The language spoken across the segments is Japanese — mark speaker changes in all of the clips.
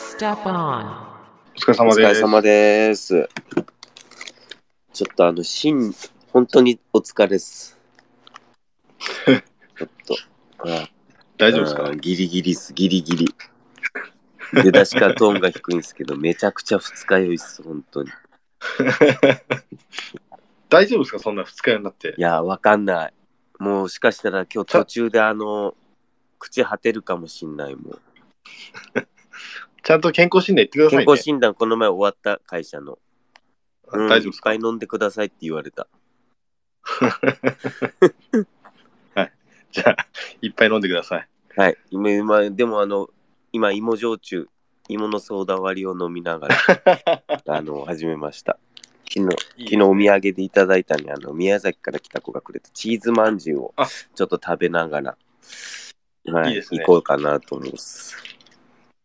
Speaker 1: Step on.
Speaker 2: お疲れ
Speaker 3: お
Speaker 2: 様
Speaker 3: 疲
Speaker 2: で
Speaker 3: れ
Speaker 2: す。
Speaker 3: 様です。ちょっとあの、しん、本当にお疲れ です。ちょっと。あ
Speaker 2: 大丈夫です
Speaker 3: あ
Speaker 2: か
Speaker 3: ーギリギリっす、ギリギリ。出だしからトーンが低いんですけど、 めちゃくちゃ二日酔いっす、本当に。い
Speaker 2: 大丈夫ですかそんな二日酔いになって。
Speaker 3: やー、わかんない。もう、しかしたら今日途中であの、口果てるかもしんないもん。
Speaker 2: ちゃんと健康診断行ってください
Speaker 3: 健
Speaker 2: ね。
Speaker 3: 康診断この前終わった会社の。うん
Speaker 2: 大丈夫ですか、
Speaker 3: いっぱい飲んでくださいって言われた。
Speaker 2: じゃあ、いっぱい飲んでくだ さい。
Speaker 3: はい。今、今でもあの、今、芋焼酎、芋のソーダ割りを飲みな がら、あの、始めました。昨日、昨日お土産でいただいたね、あの、宮崎から来た子がくれたチーズまんじゅうを
Speaker 2: あ
Speaker 3: ちょっと食べながら、はい
Speaker 2: いいですね
Speaker 3: 行こうかなと思います。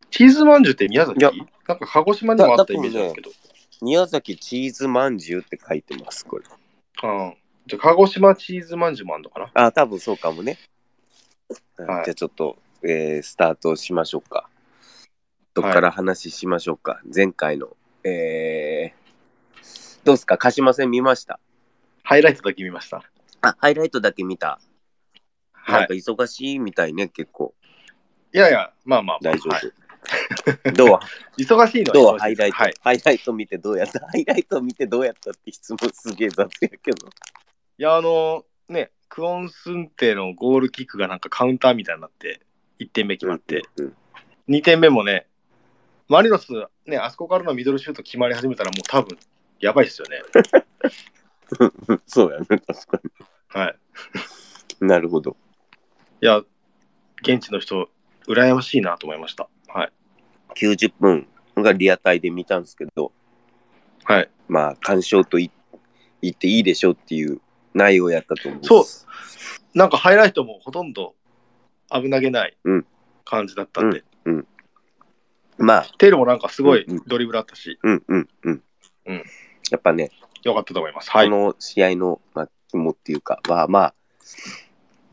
Speaker 2: チーズまんじゅうって宮崎
Speaker 3: いや
Speaker 2: なんか鹿児島にもあったイメージなんですけど。
Speaker 3: 宮崎チーズまんじゅうって書いてます、これ。
Speaker 2: うんじゃあ、鹿児島チーズまんじゅうもあんのかな
Speaker 3: あ、多分そうかもね。
Speaker 2: はい
Speaker 3: はいじゃあちょっと、えースタートしましょうか。どっから話しましょうか。前回の、えーどうですか鹿島戦見ました
Speaker 2: ハイライトだけ見ました。
Speaker 3: あ、ハイライトだけ見た。
Speaker 2: は
Speaker 3: ないんか。忙しいみたいね、結構。
Speaker 2: いやいや、まあまあ、
Speaker 3: 大丈夫。
Speaker 2: はい
Speaker 3: どう は
Speaker 2: 忙しいの
Speaker 3: ど
Speaker 2: は
Speaker 3: う
Speaker 2: 忙
Speaker 3: はハ
Speaker 2: しい
Speaker 3: イ
Speaker 2: です
Speaker 3: ライト、
Speaker 2: はい。
Speaker 3: ハイライト見てどうやったハイライト見てどうやったって質問すげえ雑やけど。
Speaker 2: いや、あのね、クオンスンテのゴールキックがなんかカウンターみたいになって、1点目決まって、
Speaker 3: うん
Speaker 2: 2点目もね、マリノス、ね、あそこからのミドルシュート決まり始めたら、もう多分、やばいっすよね。
Speaker 3: うんそうやね、確か
Speaker 2: はい。
Speaker 3: に。なるほど。
Speaker 2: いや、現地の人、羨ましいなと思いました。はい。
Speaker 3: 90分がリアタイで見たんですけど、
Speaker 2: はい。
Speaker 3: まあ、干渉とい言っていいでしょうっていう内容やったと思う。
Speaker 2: そうなんかハイライトもほとんど危なげない
Speaker 3: うん
Speaker 2: 感じだったんで、
Speaker 3: まあ、
Speaker 2: テールもなんかすごい
Speaker 3: うんうん
Speaker 2: ドリブルあったし、
Speaker 3: うんうんうん。
Speaker 2: うん
Speaker 3: やっぱね、
Speaker 2: よかったと思います。はい
Speaker 3: こ。の試合の、まあ、肝っていうかは、まあ、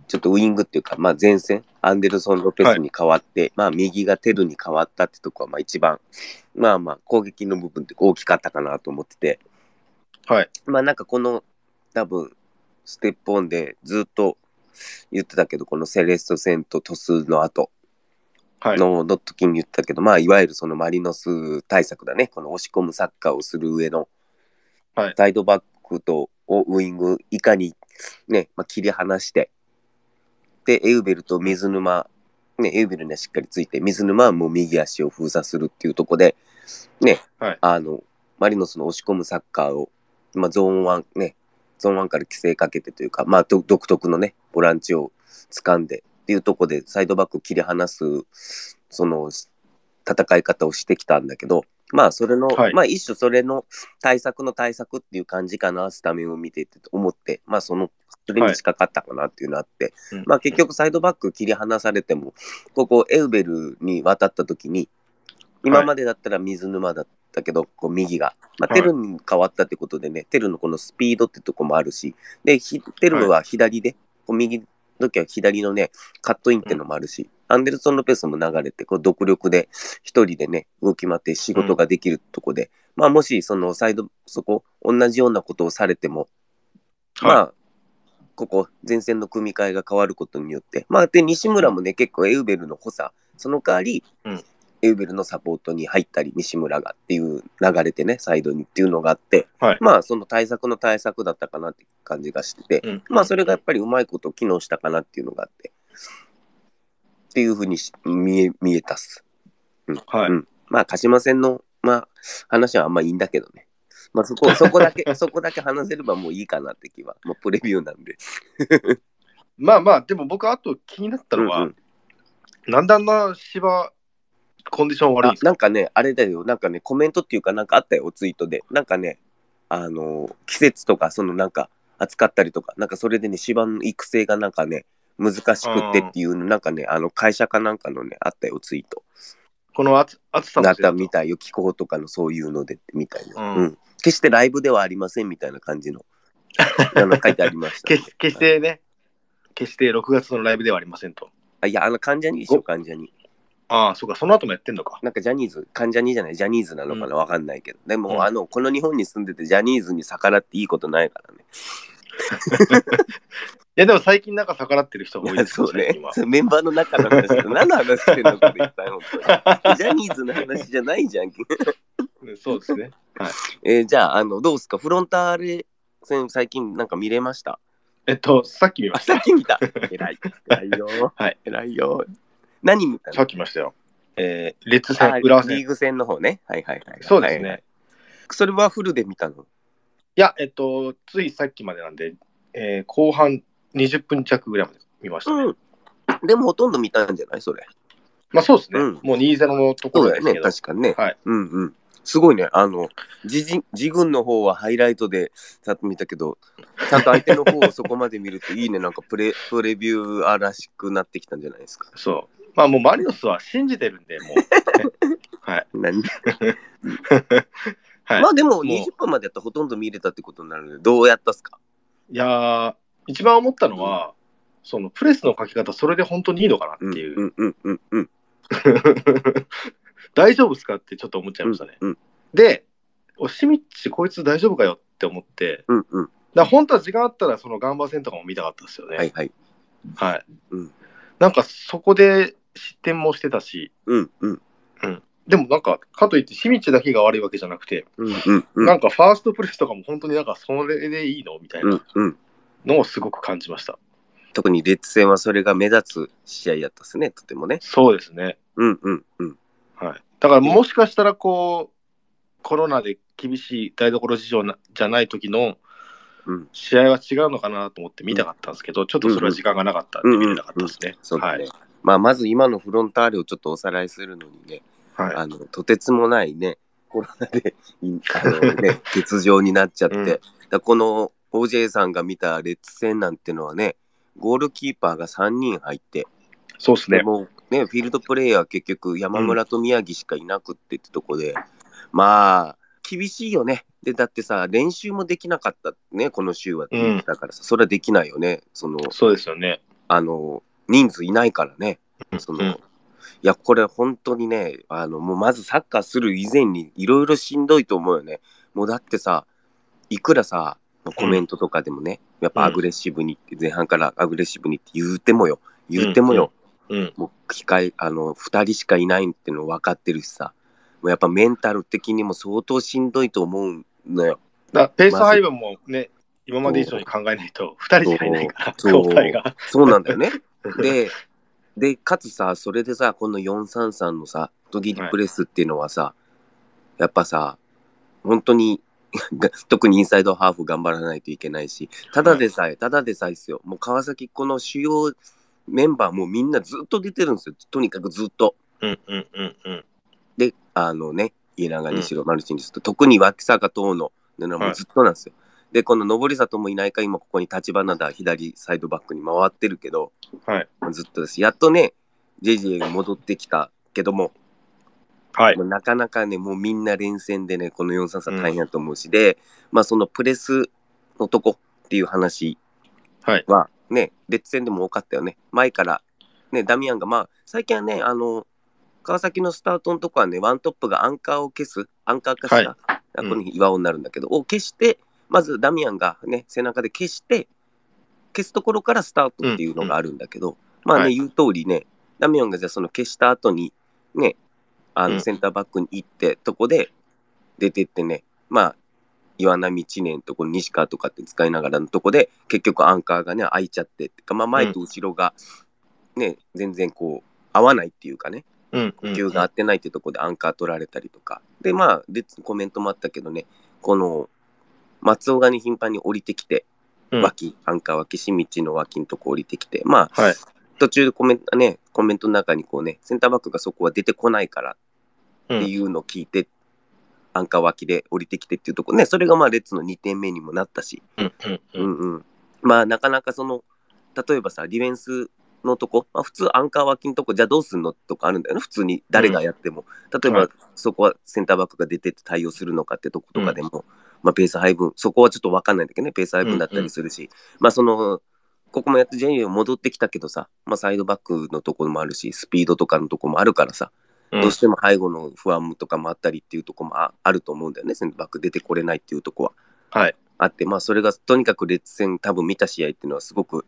Speaker 3: ちょっとウイングっていうか、まあ、前線、アンデルソン・ロペスに変わって、まあ、右がテルに変わったってとこは、まあ、一番、まあまあ、攻撃の部分って大きかったかなと思ってて、
Speaker 2: はい。
Speaker 3: まあ、なんかこの、多分、ステップオンでずっと言ってたけど、このセレスト戦とトスの後、
Speaker 2: はい。
Speaker 3: のの時に言ったけど、まあ、いわゆるそのマリノス対策だね、この押し込むサッカーをする上の、
Speaker 2: はい
Speaker 3: サイドバックとをウイング、いかに、ねまあ、切り離して、で、エウベルと水沼、ね、エウベルにはしっかりついて、水沼はもう右足を封鎖するっていうところで、ね
Speaker 2: はい
Speaker 3: あの、マリノスの押し込むサッカーを、まあ、ゾーン1、ね、ゾーン1から規制かけてというか、まあ、独独特のね、ボランチを掴んでっていうところで、サイドバックを切り離す、その、戦い方をしてきたんだけど、まあ、それの、
Speaker 2: はい
Speaker 3: まあ、一種それの対策の対策っていう感じかな、スタメンを見てて思って、まあ、その、それに近かったかなっていうのあって、
Speaker 2: うん
Speaker 3: まあ、結局サイドバック切り離されても、ここエウベルに渡った時に、今までだったら水沼だったけど、こう右が、まあ、
Speaker 2: はい
Speaker 3: テルに変わったってことでね、テルのこのスピードってとこもあるし、で、ひテルは左で、こう右の時は左のね、カットインってのもあるし、アンデルソン・ロペスも流れて、こう独力で、一人でね、動き回って仕事ができるとこで、まあ、もし、そのサイド、そこ、同じようなことをされても、
Speaker 2: はい
Speaker 3: まあ、ここ、前線の組み替えが変わることによって、まあ、で、西村もね、結構エウベルの補佐、その代わり、
Speaker 2: うん
Speaker 3: エウベルのサポートに入ったり、西村がっていう流れてね、サイドにっていうのがあって、
Speaker 2: はい
Speaker 3: まあ、その対策の対策だったかなって感じがしてて、
Speaker 2: うん
Speaker 3: まあ、それがやっぱりうまいこと機能したかなっていうのがあって、っていうふうにし見え、見えたっす。
Speaker 2: はい。
Speaker 3: うんまあ、鹿島戦の、まあ、話はあんまいいんだけどね。まあ、そこ、そこだけ、そ こだけ話せればもういいかなって気は。まあ、プレビューなんで。
Speaker 2: まあまあ、でも僕、あと気になったのは、
Speaker 3: うんうん
Speaker 2: なんであんな芝、コンディション悪いん
Speaker 3: あ
Speaker 2: ですか
Speaker 3: なんかね、あれだよ、なんかね、コメントっていうか、なんかあったよ、ツイートで。なんかね、あの、季節とか、そのなんか、扱ったりとか、なんかそれでね、芝の育成がなんかね、難しくってっていう、なんかね、あの、会社かなんかのね、あったよ、ツイート。
Speaker 2: この暑暑さの
Speaker 3: なっ
Speaker 2: せいだ
Speaker 3: た
Speaker 2: と
Speaker 3: みたいよ、気候とかのそういうので、みたいな。
Speaker 2: う
Speaker 3: うんん。決し てライブではありませんみたいな感じの、あの書いてありましたね、
Speaker 2: 決し決してね、決して6月のライブではありませんと。
Speaker 3: あいや、あの、関ジャニでしょ、関ジャニ。
Speaker 2: ああ、そうか、その後もやってんのか。
Speaker 3: なんかジャニーズ、関ジャニじゃない、ジャニーズなのか
Speaker 2: うん
Speaker 3: な、わかんないけど。でも、
Speaker 2: うん
Speaker 3: あの、この日本に住んでて、ジャニーズに逆らっていいことないからね。
Speaker 2: いや、でも最近なんか逆らってる人が多い
Speaker 3: いや
Speaker 2: です
Speaker 3: そ
Speaker 2: よ
Speaker 3: うね
Speaker 2: 最近は。
Speaker 3: そうメンバーの中の話だけど、何の話してんのって言ったの、本当にジャニーズの話じゃないじゃん。
Speaker 2: うん そうですね。
Speaker 3: えーじゃあ、あの、どうすか、フロンターレ戦、最近なんか見れました。
Speaker 2: えっと、さっき見ま
Speaker 3: あ、
Speaker 2: し
Speaker 3: さっき見た。偉い。偉いよ。
Speaker 2: はい。
Speaker 3: 偉いよ。何見た
Speaker 2: た。
Speaker 3: の
Speaker 2: さっき見ましたよ。えー、レッツ
Speaker 3: あ
Speaker 2: 戦、浦和
Speaker 3: リー
Speaker 2: 戦。
Speaker 3: グ戦の方ね。はいはいはい。
Speaker 2: そうです
Speaker 3: はいはい
Speaker 2: ね。。
Speaker 3: それはフルで見たの
Speaker 2: いや、えっと、ついさっきまでなんで、えー後半20分弱ぐらいまで見ましたね。
Speaker 3: うん。でもほとんど見たんじゃないそれ。
Speaker 2: まあそうですね。
Speaker 3: うん
Speaker 2: もう2-0のとこ
Speaker 3: そう
Speaker 2: ろ
Speaker 3: だ
Speaker 2: で
Speaker 3: よ
Speaker 2: すけ
Speaker 3: ね、
Speaker 2: ど。
Speaker 3: 確かにね。
Speaker 2: はい。
Speaker 3: うんうん。すごいね、あの、自陣自軍の方はハイライトでさっと見たけど、ちゃんと相手の方をそこまで見るといいね、なんかプレプレビューアーらしくなってきたんじゃないですか。
Speaker 2: そう。まあもうマリノスは信じてるん で、もう、ねはい。
Speaker 3: 何
Speaker 2: はい。
Speaker 3: まあでも
Speaker 2: う
Speaker 3: 20分までやったらほとんど見れたってことになるので、どうやったっすか
Speaker 2: いやー一番思ったのは、そのプレスの書き方、それで本当にいいのかな
Speaker 3: うん
Speaker 2: って いう。
Speaker 3: うんうんうんうん。
Speaker 2: 大丈夫ですかってちょっと思っちゃいましたね。
Speaker 3: うん
Speaker 2: で、おしみっち、こいつ大丈夫かよって思って、
Speaker 3: うんうん。
Speaker 2: だから本当は時間あったら、そのガンバ戦とかも見たかったですよね。
Speaker 3: はいはい。
Speaker 2: はい
Speaker 3: うん
Speaker 2: なんかそこで失点もしてたし、
Speaker 3: うんうん
Speaker 2: でもなんか、かといって、しみっちだけが悪いわけじゃなくて、
Speaker 3: うんうんうん
Speaker 2: なんかファーストプレスとかも本当になんかそれでいいのみたい
Speaker 3: うん
Speaker 2: な
Speaker 3: うん。
Speaker 2: のをすごく感じました。
Speaker 3: 特にレッツ戦はそれが目立つ試合やったっすね、とてもね。
Speaker 2: そうですね。
Speaker 3: うんうんうん。
Speaker 2: はい、だからもしかしたらこうコロナで厳しい台所事情なじゃない時の
Speaker 3: うん
Speaker 2: 試合は違うのかなと思って見たかったんですけど、ちょっとそれは時間がなかったんで見れなかったですね。
Speaker 3: そうだ
Speaker 2: は
Speaker 3: ね。
Speaker 2: い
Speaker 3: まあ、まず今のフロンターレをちょっとおさらいするのにね、
Speaker 2: は
Speaker 3: あの、とてつもないね、コロナで、いあの ね、欠場になっちゃって、
Speaker 2: うん
Speaker 3: だからこの OJ さんが見たレッツ戦なんてのはね、ゴールキーパーが3人入って、
Speaker 2: い、そうです
Speaker 3: で
Speaker 2: ね。
Speaker 3: もね、フィールドプレーヤー結局山村と宮城しかいなくってってとこで、まあ、厳しいよね。で、だってさ、練習もできなかったね、この週はって言ってたからさ、それはできないよね。その、
Speaker 2: そうですよね。
Speaker 3: あの、人数いないからね。その、
Speaker 2: うん
Speaker 3: いや、これ本当にね、あの、もうまずサッカーする以前にいろいろしんどいと思うよね。もうだってさ、いくらさ、コメントとかでもね、やっぱアグレッシブにって、前半からアグレッシブにって言うてもよ、言うてもよ、
Speaker 2: うん、
Speaker 3: もう機械、あの、二人しかいないっての分かってるしさ、もうやっぱメンタル的にも相当しんどいと思うのよ。
Speaker 2: だからペース配分もね、今まで以上に考えないと、2人しかいないから、
Speaker 3: そう
Speaker 2: 交代が。
Speaker 3: そうなんだよ ね。で、で、かつさ、それでさ、この433のさ、ドギリプレスっていうのはさ、やっぱさ、本当に、 が特にインサイドハーフ頑張らないといけないし、ただでさえ、ただでさえですよ、もう川崎、この主要メンバー、もうみんなずっと出てるんですよ、とにかくずっと。
Speaker 2: うんうんうんうん。
Speaker 3: で、あのね、家長にしろ、マルチにしろ、特に脇坂等の、ね、もうずっとなんですよ。で、この上里もいないか、今ここに立花だ、左サイドバックに回ってるけど、
Speaker 2: はい。
Speaker 3: ずっとです。やっとね、JJ が戻ってきたけども、
Speaker 2: はい
Speaker 3: も。うなかなかね、もうみんな連戦でね、この433大変だと思うし、で、まあそのプレスのとこっていう話
Speaker 2: はい
Speaker 3: はね、レッツ戦でも多かったよね。前から、ね、ダミアンが、まあ最近はね、あの、川崎のスタートのとこはね、ワントップがアンカーを消す、アンカー化した、あここに岩尾になるんだけど、を消して、まずダミアンがね、背中で消して、消すところからスタートっていうのがあるんだけど、まあね、
Speaker 2: はい
Speaker 3: 言う通りね、ダミアンがじゃあその消した後に、ね、あ
Speaker 2: う
Speaker 3: の
Speaker 2: ん
Speaker 3: センターバックに行って、とこで出てってね、まあ、岩波知念とこの西川とかって使いながらのとこで、結局アンカーがね、開いちゃって、ってかまあ前と後ろが、ね、全然こう、合わないっていうかね、
Speaker 2: うん
Speaker 3: 呼吸が合ってないってとこでアンカー取られたりとか。で、まあ、レッツコメントもあったけどね、この、松尾がね、頻繁に降りてきて、
Speaker 2: うん
Speaker 3: 脇、アンカー脇、し道の脇のとこ降りてきて、まあ、
Speaker 2: はい。
Speaker 3: 途中でコメント、ね、コメントの中にこうね、センターバックがそこは出てこないからっていうのを聞いて、アンカー脇で降りてきてっていうとこね、それがまあ、レッツの2点目にもなったし、
Speaker 2: うんうんう。
Speaker 3: うんんうん。まあ、なかなかその、例えばさ、ディフェンスのとこ、まあ、普通アンカー脇のとこ、じゃあどうすんのとかあるんだよね。普通に誰がやっても。例え
Speaker 2: は
Speaker 3: ば
Speaker 2: い、
Speaker 3: そこはセンターバックが出てって対応するのかってとことかでも、まあ、ペース配分、そこはちょっとわかんないんだけどね、ペース配分だったりするし、まあ、その、ここもやっとジェニー戻ってきたけどさ、まあ、サイドバックのところもあるし、スピードとかのところもあるからさ、
Speaker 2: うん
Speaker 3: どうしても背後の不安とかもあったりっていうところもああると思うんだよね、センターバック出てこれないっていうところは。
Speaker 2: はい。
Speaker 3: あって、まあ、それがとにかく列戦、多分見た試合っていうのは、すごく、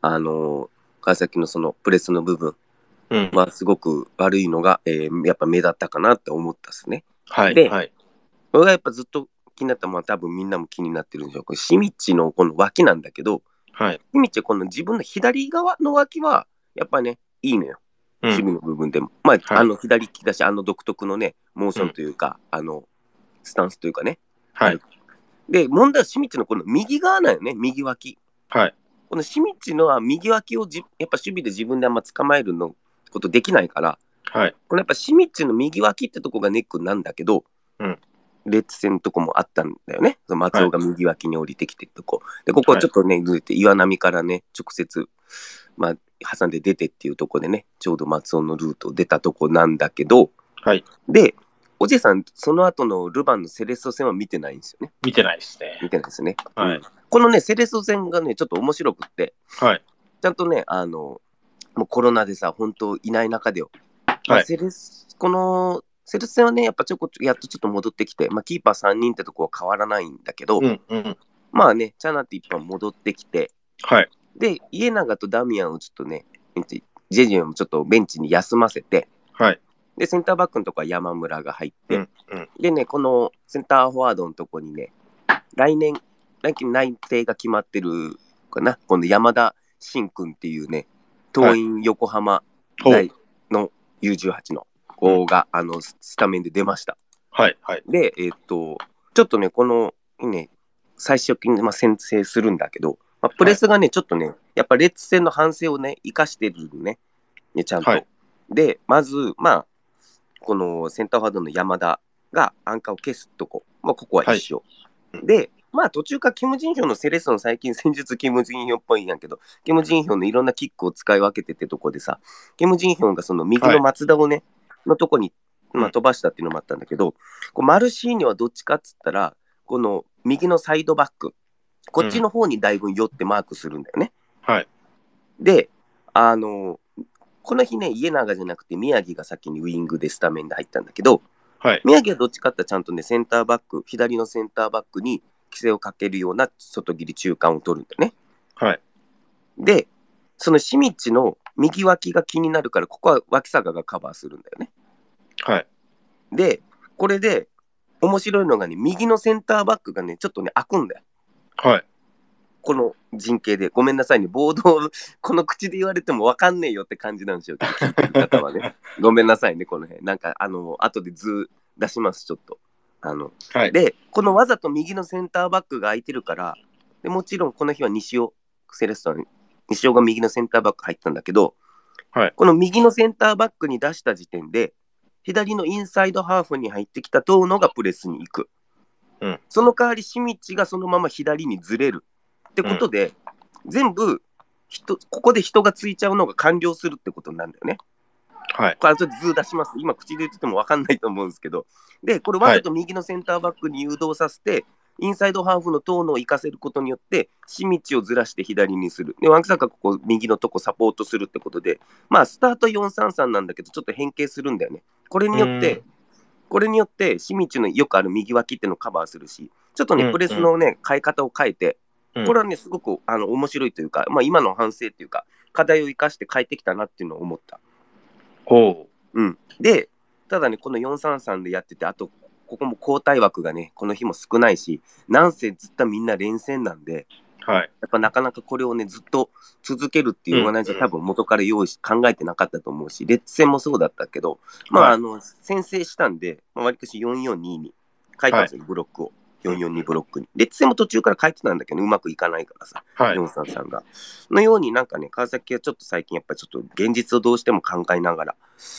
Speaker 3: あのー川崎のそのプレスの部分、
Speaker 2: うん。
Speaker 3: まあ、すごく悪いのが、えーやっぱ目立ったかなって思ったですね。
Speaker 2: はい。
Speaker 3: で
Speaker 2: はい。
Speaker 3: これがやっぱずっと気になった、まあ、多分みんなも気になってるんでしょう。これ、シミッチのこの脇なんだけど、
Speaker 2: はい。
Speaker 3: シミッチはこの自分の左側の脇は、やっぱね、いいのよ。
Speaker 2: う
Speaker 3: 守
Speaker 2: ん。
Speaker 3: 備の部分でも、ま
Speaker 2: は
Speaker 3: あ、
Speaker 2: い
Speaker 3: あの左利きだし、あの独特のね、モーションというか、あのスタンスというかね。
Speaker 2: はい。
Speaker 3: で、問題はシミッチのこの右側なんよね、右脇。
Speaker 2: はい。
Speaker 3: このシミッチのは右脇をじやっぱ守備で自分であんま捕まえるのことできないから、
Speaker 2: はい。
Speaker 3: このやっぱシミッチの右脇ってとこがネックなんだけど、
Speaker 2: うん
Speaker 3: レッツ戦のとこもあったんだよね。その松尾が右脇に降りてきてるとこ。で、ここはちょっとね、ずれて岩波からね、直接、まあ、挟んで出てっていうとこでね、ちょうど松尾のルートを出たとこなんだけど、
Speaker 2: はい
Speaker 3: で、おじいさん、その後のルヴァンのセレッソ戦は見てないんですよね。
Speaker 2: 見てないですね。
Speaker 3: 見てないですよね。
Speaker 2: は
Speaker 3: うん
Speaker 2: い。
Speaker 3: このね、セレッソ戦がね、ちょっと面白くって、
Speaker 2: はい。
Speaker 3: ちゃんとね、あの、もうコロナでさ、本当いない中でよ。まあ
Speaker 2: はい
Speaker 3: セレス、この、セレス戦はね、やっぱちょこちょやっとちょっと戻ってきて、まあ、キーパー3人ってとこは変わらないんだけど、
Speaker 2: うん。うん。
Speaker 3: まあね、チャナティ一本戻ってきて、
Speaker 2: はい。
Speaker 3: で、家長とダミアンをちょっとね、ジェジェンもちょっとベンチに休ませて、
Speaker 2: はい。
Speaker 3: で、センターバックのとこは山村が入って、
Speaker 2: うんうん
Speaker 3: でね、このセンターフォワードのとこにね、来年、来年内定が決まってるかな、この山田慎君っていうね、東院横浜
Speaker 2: ほう
Speaker 3: 大の U18 の子が、あのススタメンで出ました。
Speaker 2: はい。はい。
Speaker 3: で、えっと、ちょっとね、このね、最初に、まあ、先制するんだけど、まあ、プレスがね、ちょっとね、やっぱレッツ戦の反省をね、生かしてるのね、ねちゃんと。
Speaker 2: はい
Speaker 3: で、まず、まあ、このセンターフォワードの山田がアンカーを消すとこ、まあ、ここは一緒。
Speaker 2: はいうん
Speaker 3: で、まあ途中からキム・ジンヒョンのセレッソの最近戦術キム・ジンヒョンっぽいんやけど、キム・ジンヒョンのいろんなキックを使い分けてってとこでさ、キム・ジンヒョンがその右の松田をね、のとこに、まあ、飛ばしたっていうのもあったんだけど、こうマルシーニョはどっちかっつったら、この右のサイドバック、こっちの方にだいぶ寄ってマークするんだよね。
Speaker 2: はい。
Speaker 3: で、あのこの日ね、家長じゃなくて宮城が先にウィングでスタメンで入ったんだけど、
Speaker 2: はい。
Speaker 3: 宮城はどっちかって言ったらちゃんとね、センターバック、左のセンターバックに規制をかけるような外切り中間を取るんだよね。
Speaker 2: はい。
Speaker 3: で、そのシミッチの右脇が気になるから、ここは脇坂がカバーするんだよね。
Speaker 2: はい。
Speaker 3: で、これで面白いのがね、右のセンターバックがね、ちょっとね、開くんだよ。
Speaker 2: はい。
Speaker 3: この陣形で。ごめんなさいね、ボードを この口で言われても分かんねえよって感じなんですよ、聞いてる方はね。ごめんなさいね、この辺。なんか、あの、後で図出します、ちょっと。あの、
Speaker 2: はい。
Speaker 3: で、このわざと右のセンターバックが空いてるから、でもちろんこの日は西尾、セレッソに西尾が右のセンターバック入ったんだけど、
Speaker 2: はい
Speaker 3: この右のセンターバックに出した時点で、左のインサイドハーフに入ってきた遠野がプレスに行く。
Speaker 2: うん
Speaker 3: その代わり、シミッチがそのまま左にずれる。ってことで、全部人、ここで人がついちゃうのが完了するってことになるんだよね。
Speaker 2: はい。
Speaker 3: これちょっと図出します。今、口で言ってても分かんないと思うんですけど。で、これわざと右のセンターバックに誘導させて、インサイドハーフの遠野を行かせることによって、シミッチをずらして左にする。で、ワンクサがここ、右のとこサポートするってことで、まあ、スタート433なんだけど、ちょっと変形するんだよね。これによっ
Speaker 2: う
Speaker 3: て、これによって、シミッチのよくある右脇っていうのをカバーするし、ちょっと
Speaker 2: うんう
Speaker 3: ね、
Speaker 2: ん
Speaker 3: プレスのね、変え方を変えて、
Speaker 2: うん
Speaker 3: これはね、すごくあの面白いというか、まあ、今の反省というか、課題を生かして変えてきたなっていうのを思った。
Speaker 2: ほう。
Speaker 3: うん、で、ただね、この433でやってて、あと、ここも交代枠がね、この日も少ないし、なんせずっとみんな連戦なんで、
Speaker 2: はい。
Speaker 3: やっぱなかなかこれをね、ずっと続けるっていううんオーガナイザー、多分元から用意し、考えてなかったと思うし、レッツ戦もそうだったけど、ま
Speaker 2: は
Speaker 3: あ、
Speaker 2: い
Speaker 3: あの、先制したんで、まあ、割かし442に書いたんですよ、ブロックを。442ブロックに。レッツ戦も途中から書いてたんだけど、うまくいかないからさ。
Speaker 2: はい。
Speaker 3: 433が。のようになんかね、川崎はちょっと最近やっぱりちょっと現実をどうしても考えながら、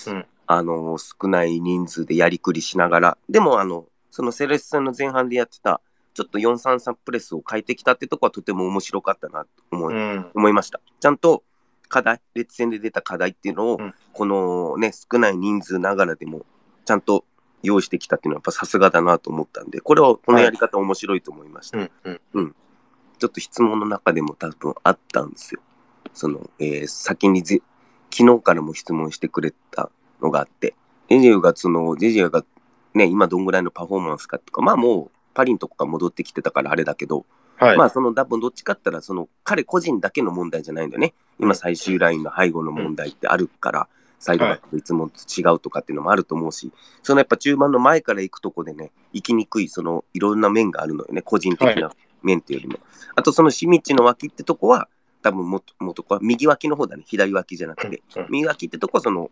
Speaker 2: うん
Speaker 3: あの、少ない人数でやりくりしながら、でもあの、そのセレッソの前半でやってた、ちょっと433プレスを変えてきたってとこはとても面白かったなと思い,、
Speaker 2: うん。
Speaker 3: 思いました。ちゃんと課題、列戦で出た課題っていうのを、
Speaker 2: うん
Speaker 3: このね、少ない人数ながらでも、ちゃんと用意してきたっていうのはやっぱさすがだなと思ったんで、これは、このやり方面白いと思いました。
Speaker 2: うん。うん。
Speaker 3: ちょっと質問の中でも多分あったんですよ。その、えー先にぜ昨日からも質問してくれたのがあって、ジェジェウがその、ジェジェウがね、今どんぐらいのパフォーマンスかとか、まあもうパリのとこから戻ってきてたからあれだけど、
Speaker 2: はい。
Speaker 3: まあその多分どっちかって言ったらその彼個人だけの問題じゃないんだよね。今最終ラインの背後の問題ってあるから、サイドバックといつもと違うとかっていうのもあると思うし、そのやっぱ中盤の前から行くとこでね、行きにくいそのいろんな面があるのよね、個人的な面っていうよりも。あとそのシミッチの脇ってとこは、多分もっともっとこう右脇の方だね、左脇じゃなくて、
Speaker 2: うん
Speaker 3: 右脇ってとこはその、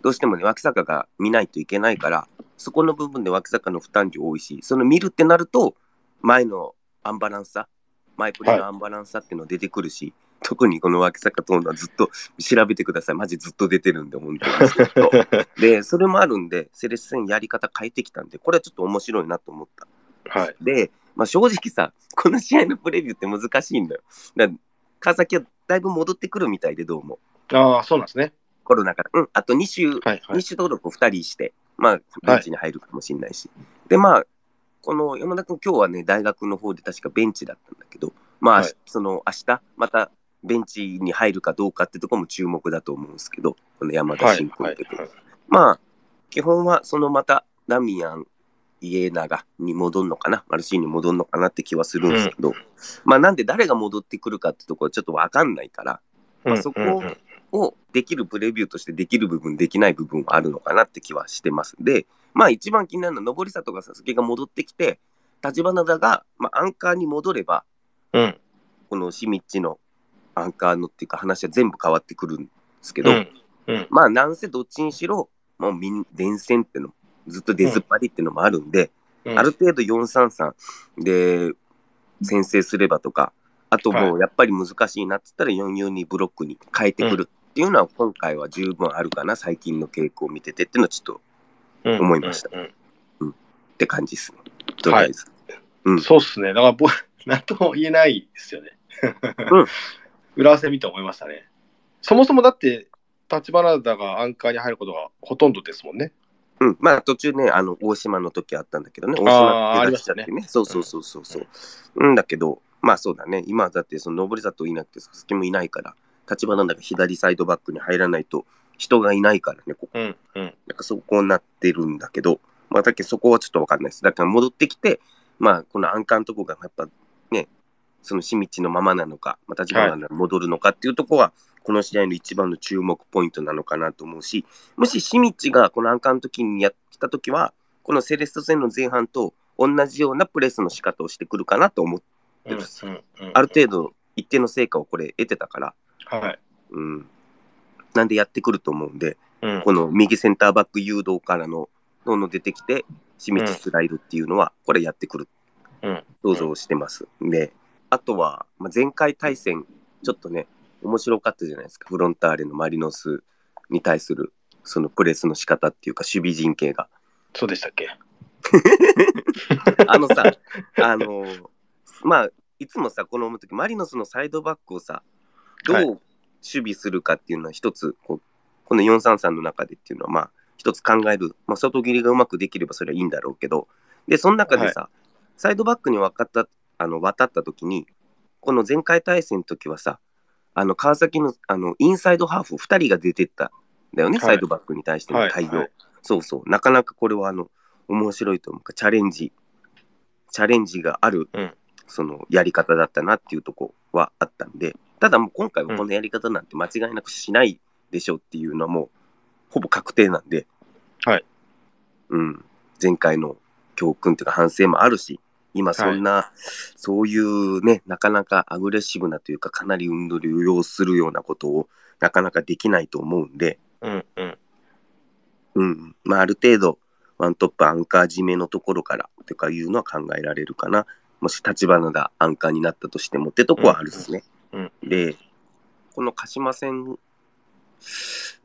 Speaker 3: どうしてもね、脇坂が見ないといけないから、そこの部分で脇坂の負担量多いし、その見るってなると、前のアンバランスさ、前プレーのアンバランスさっていうの出てくるし、特にこの脇坂というのはずっと調べてください。マジずっと出てるんで、本当にずっ と。で、それもあるんで、セレッソ戦やり方変えてきたんで、これはちょっと面白いなと思った。
Speaker 2: はい。
Speaker 3: で、まあ、正直さ、この試合のプレビューって難しいんだよ。だから川崎はだいぶ戻ってくるみたいで、どうも。
Speaker 2: ああ、そうなんですね。
Speaker 3: コロナから。うん、あと2週、
Speaker 2: はいは
Speaker 3: 2
Speaker 2: い。
Speaker 3: 種登録を2人して、まあ、ベンチに入るかもしれないし。で、まあ、この山田君、今日はね、大学の方で確かベンチだったんだけど、まあ、
Speaker 2: はい
Speaker 3: その明日、またベンチに入るかどうかってとこも注目だと思うんですけど、この山田
Speaker 2: はい
Speaker 3: 新君
Speaker 2: は
Speaker 3: っ
Speaker 2: い
Speaker 3: て子、
Speaker 2: はい。
Speaker 3: まあ、基本は、そのまた、ダミアン、家長に戻るのかな、マルシーに戻るのかなって気はするんですけど、まあ、なんで誰が戻ってくるかってところはちょっとわかんないから、
Speaker 2: うん
Speaker 3: そこ
Speaker 2: うんうん
Speaker 3: をできるプレビューとしてできる部分できない部分はあるのかなって気はしてますでまあ一番気になるのは上里が佐々木が戻ってきて立花田が、まあ、アンカーに戻れば
Speaker 2: うん。
Speaker 3: このシミッチのアンカーのっていうか話は全部変わってくるんですけ
Speaker 2: う
Speaker 3: ど、
Speaker 2: ん。うん。
Speaker 3: まあなんせどっちにしろもうみん連戦ってのずっと出ずっぱりってのもあるんで、
Speaker 2: うん
Speaker 3: ある程度433で先制すればとか、あとも
Speaker 2: は
Speaker 3: うやっぱり難しいなっつったら442ブロックに変えてくるっていうのは今回は十分あるかな、最近の傾向を見ててっていうのはちょっと
Speaker 2: うん
Speaker 3: 思いました
Speaker 2: うんうん
Speaker 3: って感じですね。とりあえず。うん
Speaker 2: そうっすね。だから、ぼ なんとも言えないですよね。
Speaker 3: うん
Speaker 2: 裏汗見て思いましたね。そもそもだって、立花田がアンカーに入ることがほとんどですもんね。
Speaker 3: うん。まあ途中ね、あの、大島の時あったんだけどね、大
Speaker 2: あー
Speaker 3: 島って出しちゃって
Speaker 2: あり
Speaker 3: ね。そうそうそうそうそう。うんだけど、まあそうだね。今だってその上里いなくて佐々木もいないから、立場なんだか左サイドバックに入らないと人がいないからね、ここ
Speaker 2: うん。うん。
Speaker 3: なんかそこになってるんだけど、まあ、だけどそこはちょっとわかんないです。だから戻ってきて、まあ、このアンカーのとこがやっぱね、そのしみちのままなのか、まあ、立花が戻るのかっていうとこは、この試合の一番の注目ポイントなのかなと思うし、もししみちがこのアンカーの時にやってた時は、このセレスト戦の前半と同じようなプレスの仕方をしてくるかなと思って、
Speaker 2: うん
Speaker 3: で
Speaker 2: うん
Speaker 3: ある程度一定の成果をこれ得てたから、
Speaker 2: 度。はい。
Speaker 3: うん、なんでやってくると思うんで、
Speaker 2: うん
Speaker 3: この右センターバック誘導からの、どんどん出てきて、しめちスライドっていうのは、これやってくる
Speaker 2: うん。
Speaker 3: 想像してます。で、あとは、まあ、前回対戦、ちょっとね、面白かったじゃないですか。フロンターレのマリノスに対する、そのプレスの仕方っていうか、守備陣形が。
Speaker 2: そうでしたっけ
Speaker 3: あのさ、あのーまあ、いつもさ、この時、マリノスのサイドバックをさ、どう
Speaker 2: はい
Speaker 3: 守備するかっていうのは一つ、こうこの433の中でっていうのは、まあ、一つ考える。まあ、外切りがうまくできればそれはいいんだろうけど、で、その中でさ、サイドバックに渡った、あの、渡った時に、この前回対戦の時はさ、あの、川崎の、あの、インサイドハーフ2人が出てったんだよね、
Speaker 2: はい
Speaker 3: サイドバックに対しての対応。
Speaker 2: はい
Speaker 3: そうそう、なかなかこれは、あの、面白いと思うか、チャレンジ、チャレンジがある、
Speaker 2: うん
Speaker 3: その、やり方だったなっていうとこはあったんで、ただもう今回はこのやり方なんて間違いなくしないでしょうっていうのはもう、ほぼ確定なんで、
Speaker 2: はい。
Speaker 3: うん。前回の教訓というか反省もあるし、今そんな、そういうね、なかなかアグレッシブなというか、かなり運動量要するようなことを、なかなかできないと思うんで、
Speaker 2: うんうん。
Speaker 3: うん。まあ、ある程度、ワントップアンカー締めのところからとかいうのは考えられるかな。もし立花がアンカーになったとしてもってとこはあるですね。
Speaker 2: うん
Speaker 3: で、この鹿島戦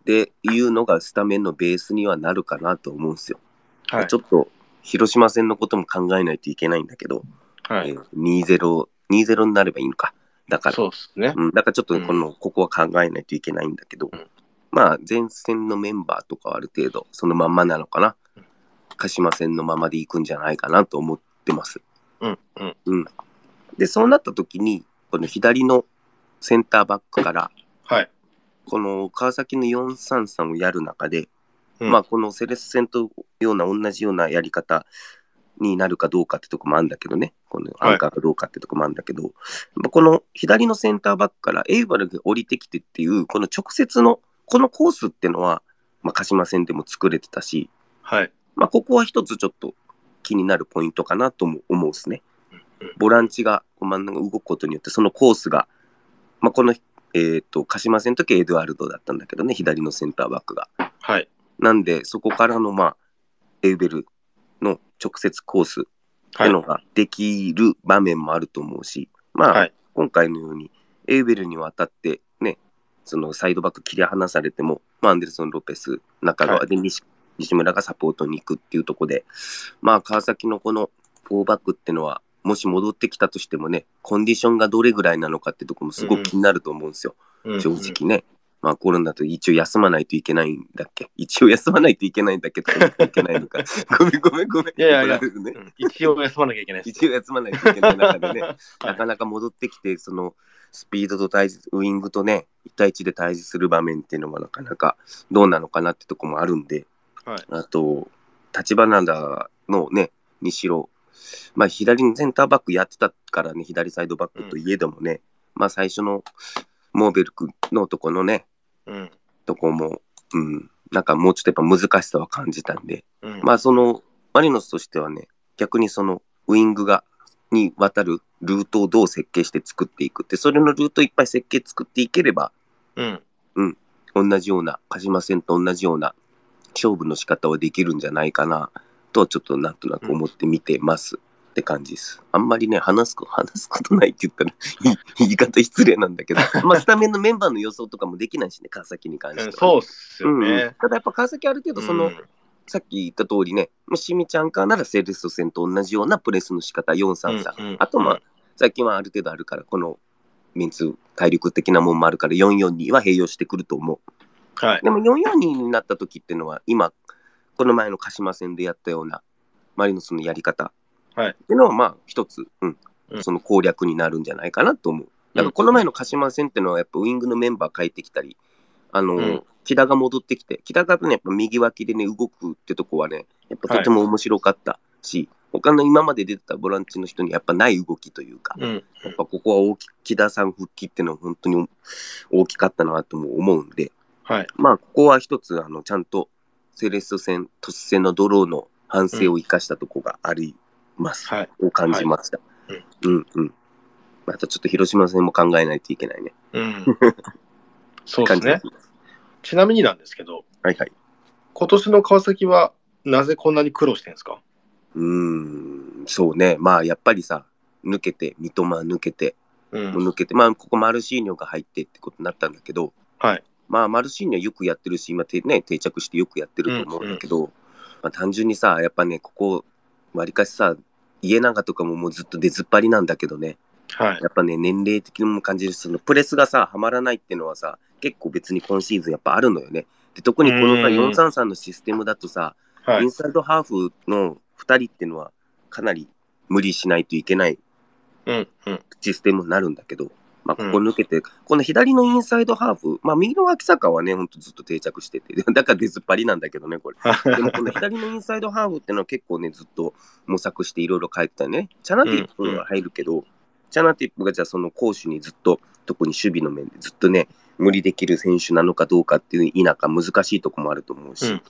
Speaker 3: でいうのがスタメンのベースにはなるかなと思うんですよ。
Speaker 2: はい
Speaker 3: ち。ょっと広島戦のことも考えないといけないんだけど、
Speaker 2: は
Speaker 3: え
Speaker 2: い。
Speaker 3: ー2-0、2-0になればいいのか。だから、
Speaker 2: そうですね。
Speaker 3: うん、だからちょっとこの、ここは考えないといけないんだけど、
Speaker 2: うん
Speaker 3: まあ前線のメンバーとかはある程度そのまんまなのかな鹿島戦のままでいくんじゃないかなと思ってます。
Speaker 2: うんうん。
Speaker 3: で、そうなった時に、この左のセンターバックから、
Speaker 2: はい。
Speaker 3: この川崎の433をやる中で、
Speaker 2: うん
Speaker 3: まあこのセレッソ戦とような同じようなやり方になるかどうかってとこもあるんだけどね、このアンカーかどうかってとこもあるんだけど、まあこの左のセンターバックからエイバルが降りてきてっていう、この直接の、このコースってのは、まあ、鹿島戦でも作れてたし、
Speaker 2: はい。
Speaker 3: まあ、ここは一つちょっと気になるポイントかなとも思うですね
Speaker 2: うんうん。
Speaker 3: ボランチがこう真ん中動くことによって、そのコースが、まあ、この、えー、と鹿島戦の時エドワルドだったんだけどね、左のセンターバックが。
Speaker 2: はい。
Speaker 3: なんで、そこからの、まあ、エウベルの直接コースって
Speaker 2: はい。
Speaker 3: のができる場面もあると思うし、まあ、
Speaker 2: はい
Speaker 3: 今回のように、エウベルにわたって、ね、そのサイドバック切り離されても、まあ、アンデルソン・ロペス、中川で西,、西村がサポートに行くっていうところで、まあ、川崎のこの4バックってのは、もし戻ってきたとしてもね、コンディションがどれぐらいなのかってとこもすごく気になると思うんですよ、
Speaker 2: うん
Speaker 3: 正直ね。まあコロナと一応休まないといけないんだっけ一応休まないといけないんだっけとか言っていけないの か。ごめんごめんごめん。
Speaker 2: いやいやいや
Speaker 3: 怒られるね
Speaker 2: うん一応休まなきゃいけないです。
Speaker 3: 一応休まないといけない中で ね、
Speaker 2: い
Speaker 3: なかなか戻ってきて、そのスピードと対峙、ウイングとね、1対1で対峙する場面っていうのもなかなかどうなのかなってとこもあるんで、
Speaker 2: はい
Speaker 3: あと、立花のね、にしろ、まあ、左のセンターバックやってたからね、左サイドバックといえどもね、まあ、最初のモーベルクのとこのね、
Speaker 2: うん。
Speaker 3: とこも、うん、なんかもうちょっとやっぱ難しさは感じたんで、
Speaker 2: うん。
Speaker 3: まあそのマリノスとしてはね逆にそのウイングがに渡るルートをどう設計して作っていくってそれのルートをいっぱい設計作っていければ
Speaker 2: うん。
Speaker 3: 同じような鹿島戦と同じような勝負の仕方はできるんじゃないかなとはちょっとなんとなく思って見てます、って感じですあんまりね話すこ 話すことないって言ったら 言い方失礼なんだけど、まあ、スタメンのメンバーの予想とかもできないしね川崎に関しては、
Speaker 2: そうっすよ
Speaker 3: うん
Speaker 2: ね。
Speaker 3: ただやっぱ川崎ある程度その、
Speaker 2: うん
Speaker 3: さっき言った通りね、もしみちゃんかならセレッソ戦と同じようなプレスの仕方、433。
Speaker 2: うんうん
Speaker 3: あとまあ、最近はある程度あるから、このメンツ、体力的なもんもあるから、442は併用してくると思う。
Speaker 2: はい。
Speaker 3: でも442になった時っていうのは、今、この前の鹿島戦でやったような、マリノスのやり方。
Speaker 2: はい
Speaker 3: っていうのはまあ、一つ、うん
Speaker 2: う。ん
Speaker 3: その攻略になるんじゃないかなと思う。だからこの前の鹿島戦っていうのは、やっぱウイングのメンバー変えてきたり、あの、
Speaker 2: うん
Speaker 3: 木田が戻ってきて、木田がね、やっぱ右脇でね、動くってとこはね、やっぱとても面白かったし、他の今まで出てたボランチの人にやっぱない動きというか、
Speaker 2: うん。
Speaker 3: やっぱここは大き木田さん復帰っていうのは本当に大きかったなとも思うんで、
Speaker 2: はい。
Speaker 3: まあ、ここは一つ、あの、ちゃんとセレッソ戦、突戦のドローの反省を生かしたとこがあります。
Speaker 2: はい。
Speaker 3: を感じました。
Speaker 2: はい
Speaker 3: うんうん。またちょっと広島戦も考えないといけないね。
Speaker 2: うん。そうで
Speaker 3: 感
Speaker 2: す
Speaker 3: じが
Speaker 2: ね
Speaker 3: し。ます
Speaker 2: ちなみになんですけど、
Speaker 3: はいはい。
Speaker 2: 今年の川崎はなぜこんなに苦労してるんですか
Speaker 3: うーん、そうね。まあ、やっぱりさ、抜けて、三笘抜けて、
Speaker 2: う。
Speaker 3: もうん抜けて、まあ、ここマルシーニョが入ってってことになったんだけど、
Speaker 2: はい。
Speaker 3: まあ、マルシーニョよくやってるし、今て、ね、定着してよくやってると思うんだけど、まあ、単純にさ、やっぱね、ここ、わりかしさ、家長とかももうずっと出ずっぱりなんだけどね、
Speaker 2: はい。
Speaker 3: やっぱね、年齢的にも感じるし、そのプレスがさ、はまらないっていうのはさ、結構別に今シーズンやっぱあるのよね。で特にこのさ、
Speaker 2: うん
Speaker 3: 433のシステムだとさ、
Speaker 2: は
Speaker 3: イ
Speaker 2: い
Speaker 3: ン。サイドハーフの2人っていうのは、かなり無理しないといけない
Speaker 2: うん。うん。
Speaker 3: システムになるんだけど、まあ、こ
Speaker 2: うん
Speaker 3: こ抜けて、この左のインサイドハーフ、まあ、右の脇坂はね、ほんとずっと定着してて、 だから出ずっぱりなんだけどね、これ。でもこの左のインサイドハーフってのは結構ね、ずっと模索していろいろ変えてたね。チャナティップが入るけど、チャナティップがじゃあその攻守にずっと、特に守備の面でずっとね、無理できる選手なのかどうかっていう否か難しいとこもあると思うし、
Speaker 2: うん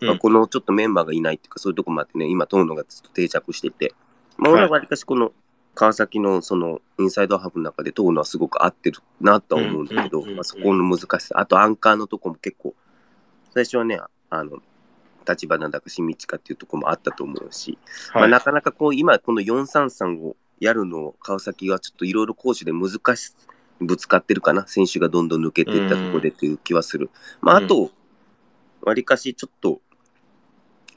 Speaker 2: うん
Speaker 3: まあ、このちょっとメンバーがいないっていうか、そういうとこもあってね、今、遠野がずっと定着してて、まあ、俺はわりかしこの川崎のそのインサイドハーフの中で遠野はすごく合ってるなとは思うんだけ
Speaker 2: うん
Speaker 3: ど、
Speaker 2: うんうんうん
Speaker 3: まあ、そこの難しさ、あとアンカーのとこも結構、最初はね、あの、立花だか新道かっていうとこもあったと思うし、まあ、
Speaker 2: はい
Speaker 3: なかなかこう今この433をやるのを川崎はちょっといろいろ攻守で難しぶつかってるかな選手がどんどん抜けていったところでっていう気はする、まあ、あとわりかしちょっと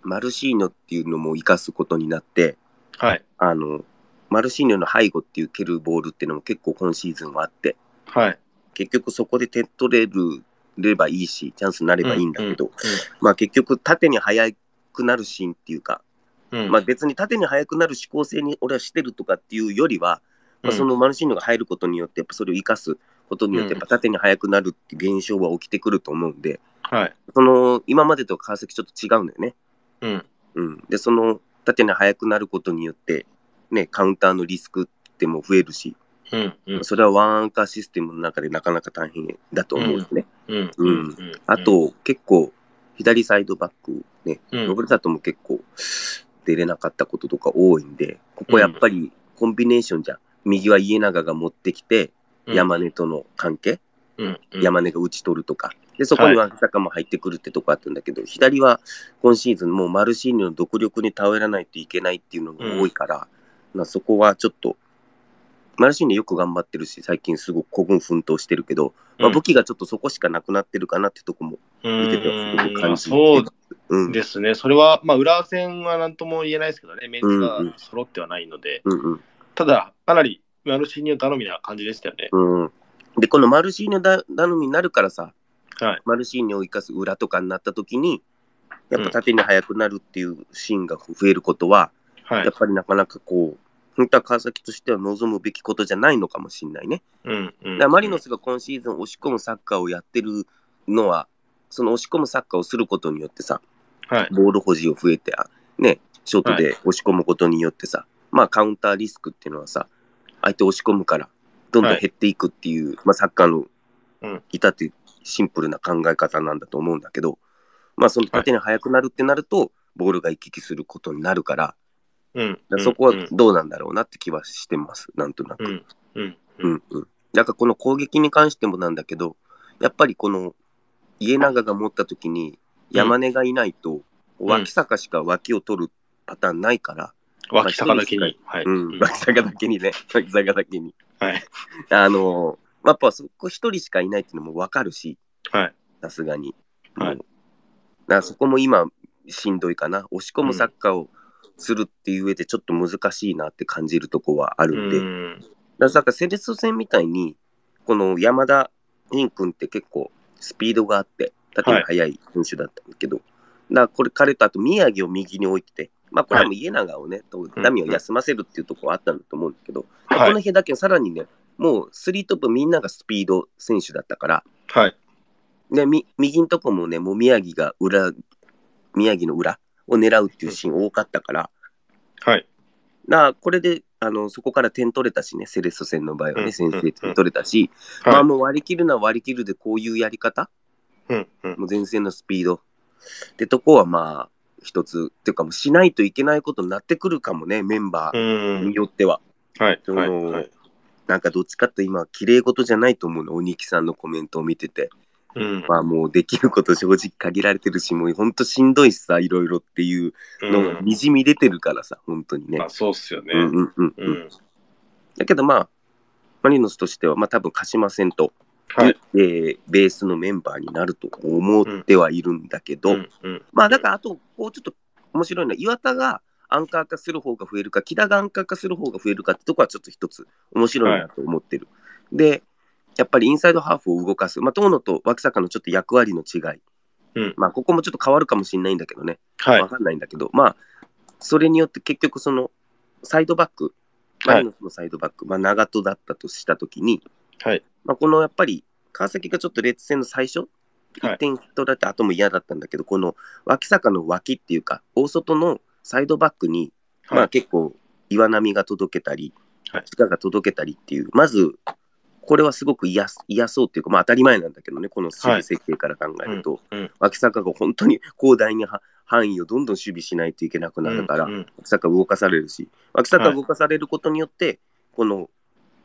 Speaker 3: マルシーノっていうのも生かすことになって
Speaker 2: はい。
Speaker 3: あのマルシーノの背後っていう蹴るボールっていうのも結構今シーズンはあって
Speaker 2: はい。
Speaker 3: 結局そこで点取れるればいいしチャンスになればいいんだけど、
Speaker 2: うん。
Speaker 3: まあ、結局縦に速くなるシーンっていうか
Speaker 2: うん。うん
Speaker 3: まあ、別に縦に速くなる指向性に俺はしてるとかっていうよりは、まあ、そのマルシーノが入ることによって、やっぱそれを生かすことによって、
Speaker 2: うん
Speaker 3: やっぱ縦に速くなるっていう現象は起きてくると思うんで、
Speaker 2: はい。
Speaker 3: その、今までと川崎ちょっと違うんだよね。
Speaker 2: うん。
Speaker 3: うん。で、その、縦に速くなることによって、ね、カウンターのリスクっても増えるし、
Speaker 2: うん。うん。
Speaker 3: それはワンアンカーシステムの中でなかなか大変だと思うんですね。
Speaker 2: うん。
Speaker 3: うんあ、と、結構、左サイドバック、ね、
Speaker 2: うん
Speaker 3: ロブルタとも結構出れなかったこととか多いんで、ここやっぱりコンビネーションじゃん。右は家長が持ってきて、山根との関係、
Speaker 2: うん、
Speaker 3: 山根が打ち取るとか、でそこには坂も入ってくるってとこあったんだけど、左は今シーズン、もうマルシーニの独力に頼らないといけないっていうのが多いから、まあそこはちょっと、マルシーニよく頑張ってるし、最近すごく孤軍奮闘してるけど、まあ、武器がちょっとそこしかなくなってるかなってとこも、
Speaker 2: 見
Speaker 3: ててはすごく感じて
Speaker 2: そう
Speaker 3: うん、うん
Speaker 2: ですね。それは、まあ、浦和戦は何とも言えないですけどね、メンツが
Speaker 3: うんうん
Speaker 2: 揃ってはないので、
Speaker 3: うん、
Speaker 2: ただ、かなり、マルシーニョ頼みな感じでしたよね。
Speaker 3: うん。で、このマルシーニョだ頼みになるからさ、
Speaker 2: はい
Speaker 3: マルシーニョを生かす裏とかになった時に、やっぱ縦に速くなるっていうシーンが増えることは、
Speaker 2: はい
Speaker 3: やっ。ぱりなかなかこう、本当は川崎としては望むべきことじゃないのかもしれないね。
Speaker 2: うんう
Speaker 3: だ
Speaker 2: ん
Speaker 3: からマリノスが今シーズン押し込むサッカーをやってるのは、その押し込むサッカーをすることによってさ、
Speaker 2: はい。
Speaker 3: ボール保持を増えて、あね、ショートで押し込むことによってさ、まあカウンターリスクっていうのはさ、相手押し込むから、どんどん減っていくっていう、まあサッカーの
Speaker 2: うん
Speaker 3: 至ってシンプルな考え方なんだと思うんだけど、まあその縦に速くなるってなると、ボールが行き来することになるから、
Speaker 2: うん
Speaker 3: だからそこは
Speaker 2: うん
Speaker 3: どうなんだろうなって気はしてます、なんとなく。
Speaker 2: うん。うん。
Speaker 3: う
Speaker 2: うん。
Speaker 3: んうん。だからこの攻撃に関してもなんだけど、やっぱりこの家長が持った時に山根がいないと、脇坂しか脇を取るパターンないから、
Speaker 2: 脇坂だけに。はい。
Speaker 3: うん脇坂だけにね、脇坂だけに。
Speaker 2: はい。
Speaker 3: あのーやっぱそこ一人しかいないっていうのもわかるし、
Speaker 2: はい。
Speaker 3: さすがに。
Speaker 2: はい
Speaker 3: もうだからそこも今しんどいかな。押し込むサッカーをするっていう上でちょっと難しいなって感じるとこはあ
Speaker 2: う
Speaker 3: るんで、
Speaker 2: ん。
Speaker 3: だからなんかセレッソ戦みたいに、この山田仁君って結構スピードがあって、縦に速い選手だったんだけど、だからこれ彼とあと宮城を右に置いてて、まあこれはもう家長をね、とダミーを休ませるっていうところはあったんだと思うんだけど、
Speaker 2: は
Speaker 3: この
Speaker 2: い。
Speaker 3: 日だけさらにね、もうスリートップみんながスピード選手だったから、
Speaker 2: はい。
Speaker 3: でみ右のとこもね、もう宮城が裏、宮城の裏を狙うっていうシーン多かったから、
Speaker 2: はい。
Speaker 3: なこれであのそこから点取れたしね、セレッソ戦の場合
Speaker 2: う
Speaker 3: はね、
Speaker 2: んう
Speaker 3: 先
Speaker 2: んう
Speaker 3: 制
Speaker 2: ん
Speaker 3: 点取れたし、まあ
Speaker 2: は
Speaker 3: もう割り切るのは割り切るで、こういうやり方、
Speaker 2: い。うん。うん。
Speaker 3: もう前線のスピードってとこはまあ、一つ、っていうか、もうしないといけないことになってくるかもね、メンバ
Speaker 2: う
Speaker 3: ーに
Speaker 2: ん。
Speaker 3: よっては。
Speaker 2: はい。
Speaker 3: そ
Speaker 2: はい。
Speaker 3: の
Speaker 2: はい。
Speaker 3: なんかどっちかって今、綺麗事じゃないと思うの、鬼木さんのコメントを見てて。
Speaker 2: うん。
Speaker 3: まあもうできること正直限られてるし、もうほんとしんどいしさ、いろいろっていうのが
Speaker 2: うん
Speaker 3: にじみ出てるからさ、本当にね
Speaker 2: まあ、。そうっすよね。
Speaker 3: うんうんうん
Speaker 2: う
Speaker 3: うん。
Speaker 2: ん。
Speaker 3: だけどまあ、マリノスとしては、まあ多分鹿島戦と、
Speaker 2: はい。
Speaker 3: えーベースのメンバーになると思ってはいるんだけど、
Speaker 2: うんうん。
Speaker 3: まあだからあと、こうちょっと面白いのは、岩田がアンカー化する方が増えるか、木田がアンカー化する方が増えるかってとこはちょっと一つ面白いなと思ってる。で、やっぱりインサイドハーフを動かす、まあ、遠野と脇坂のちょっと役割の違い、
Speaker 2: うん
Speaker 3: まあここもちょっと変わるかもしれないんだけどね、
Speaker 2: はい
Speaker 3: わ。かんないんだけど、まあ、それによって結局そのサイドバック、マリノスのサイドバック、まあ、長戸だったとしたときに、
Speaker 2: はい。
Speaker 3: まあ、このやっぱり川崎がちょっとレッツ戦の最初、
Speaker 2: はい
Speaker 3: 1点取られた後も嫌だったんだけど、この脇坂の脇っていうか、大外のサイドバックに、
Speaker 2: はい
Speaker 3: まあ、結構岩波が届けたり、
Speaker 2: はい
Speaker 3: 地下が届けたりっていう、まずこれはすごく嫌す嫌そうっていうか、まあ、当たり前なんだけどね、この守備設計から考えると、
Speaker 2: うんうん
Speaker 3: 脇坂が本当に広大には範囲をどんどん守備しないといけなくなるから、
Speaker 2: うんうん
Speaker 3: 脇坂動かされるし、脇坂
Speaker 2: はい
Speaker 3: 動かされることによって、この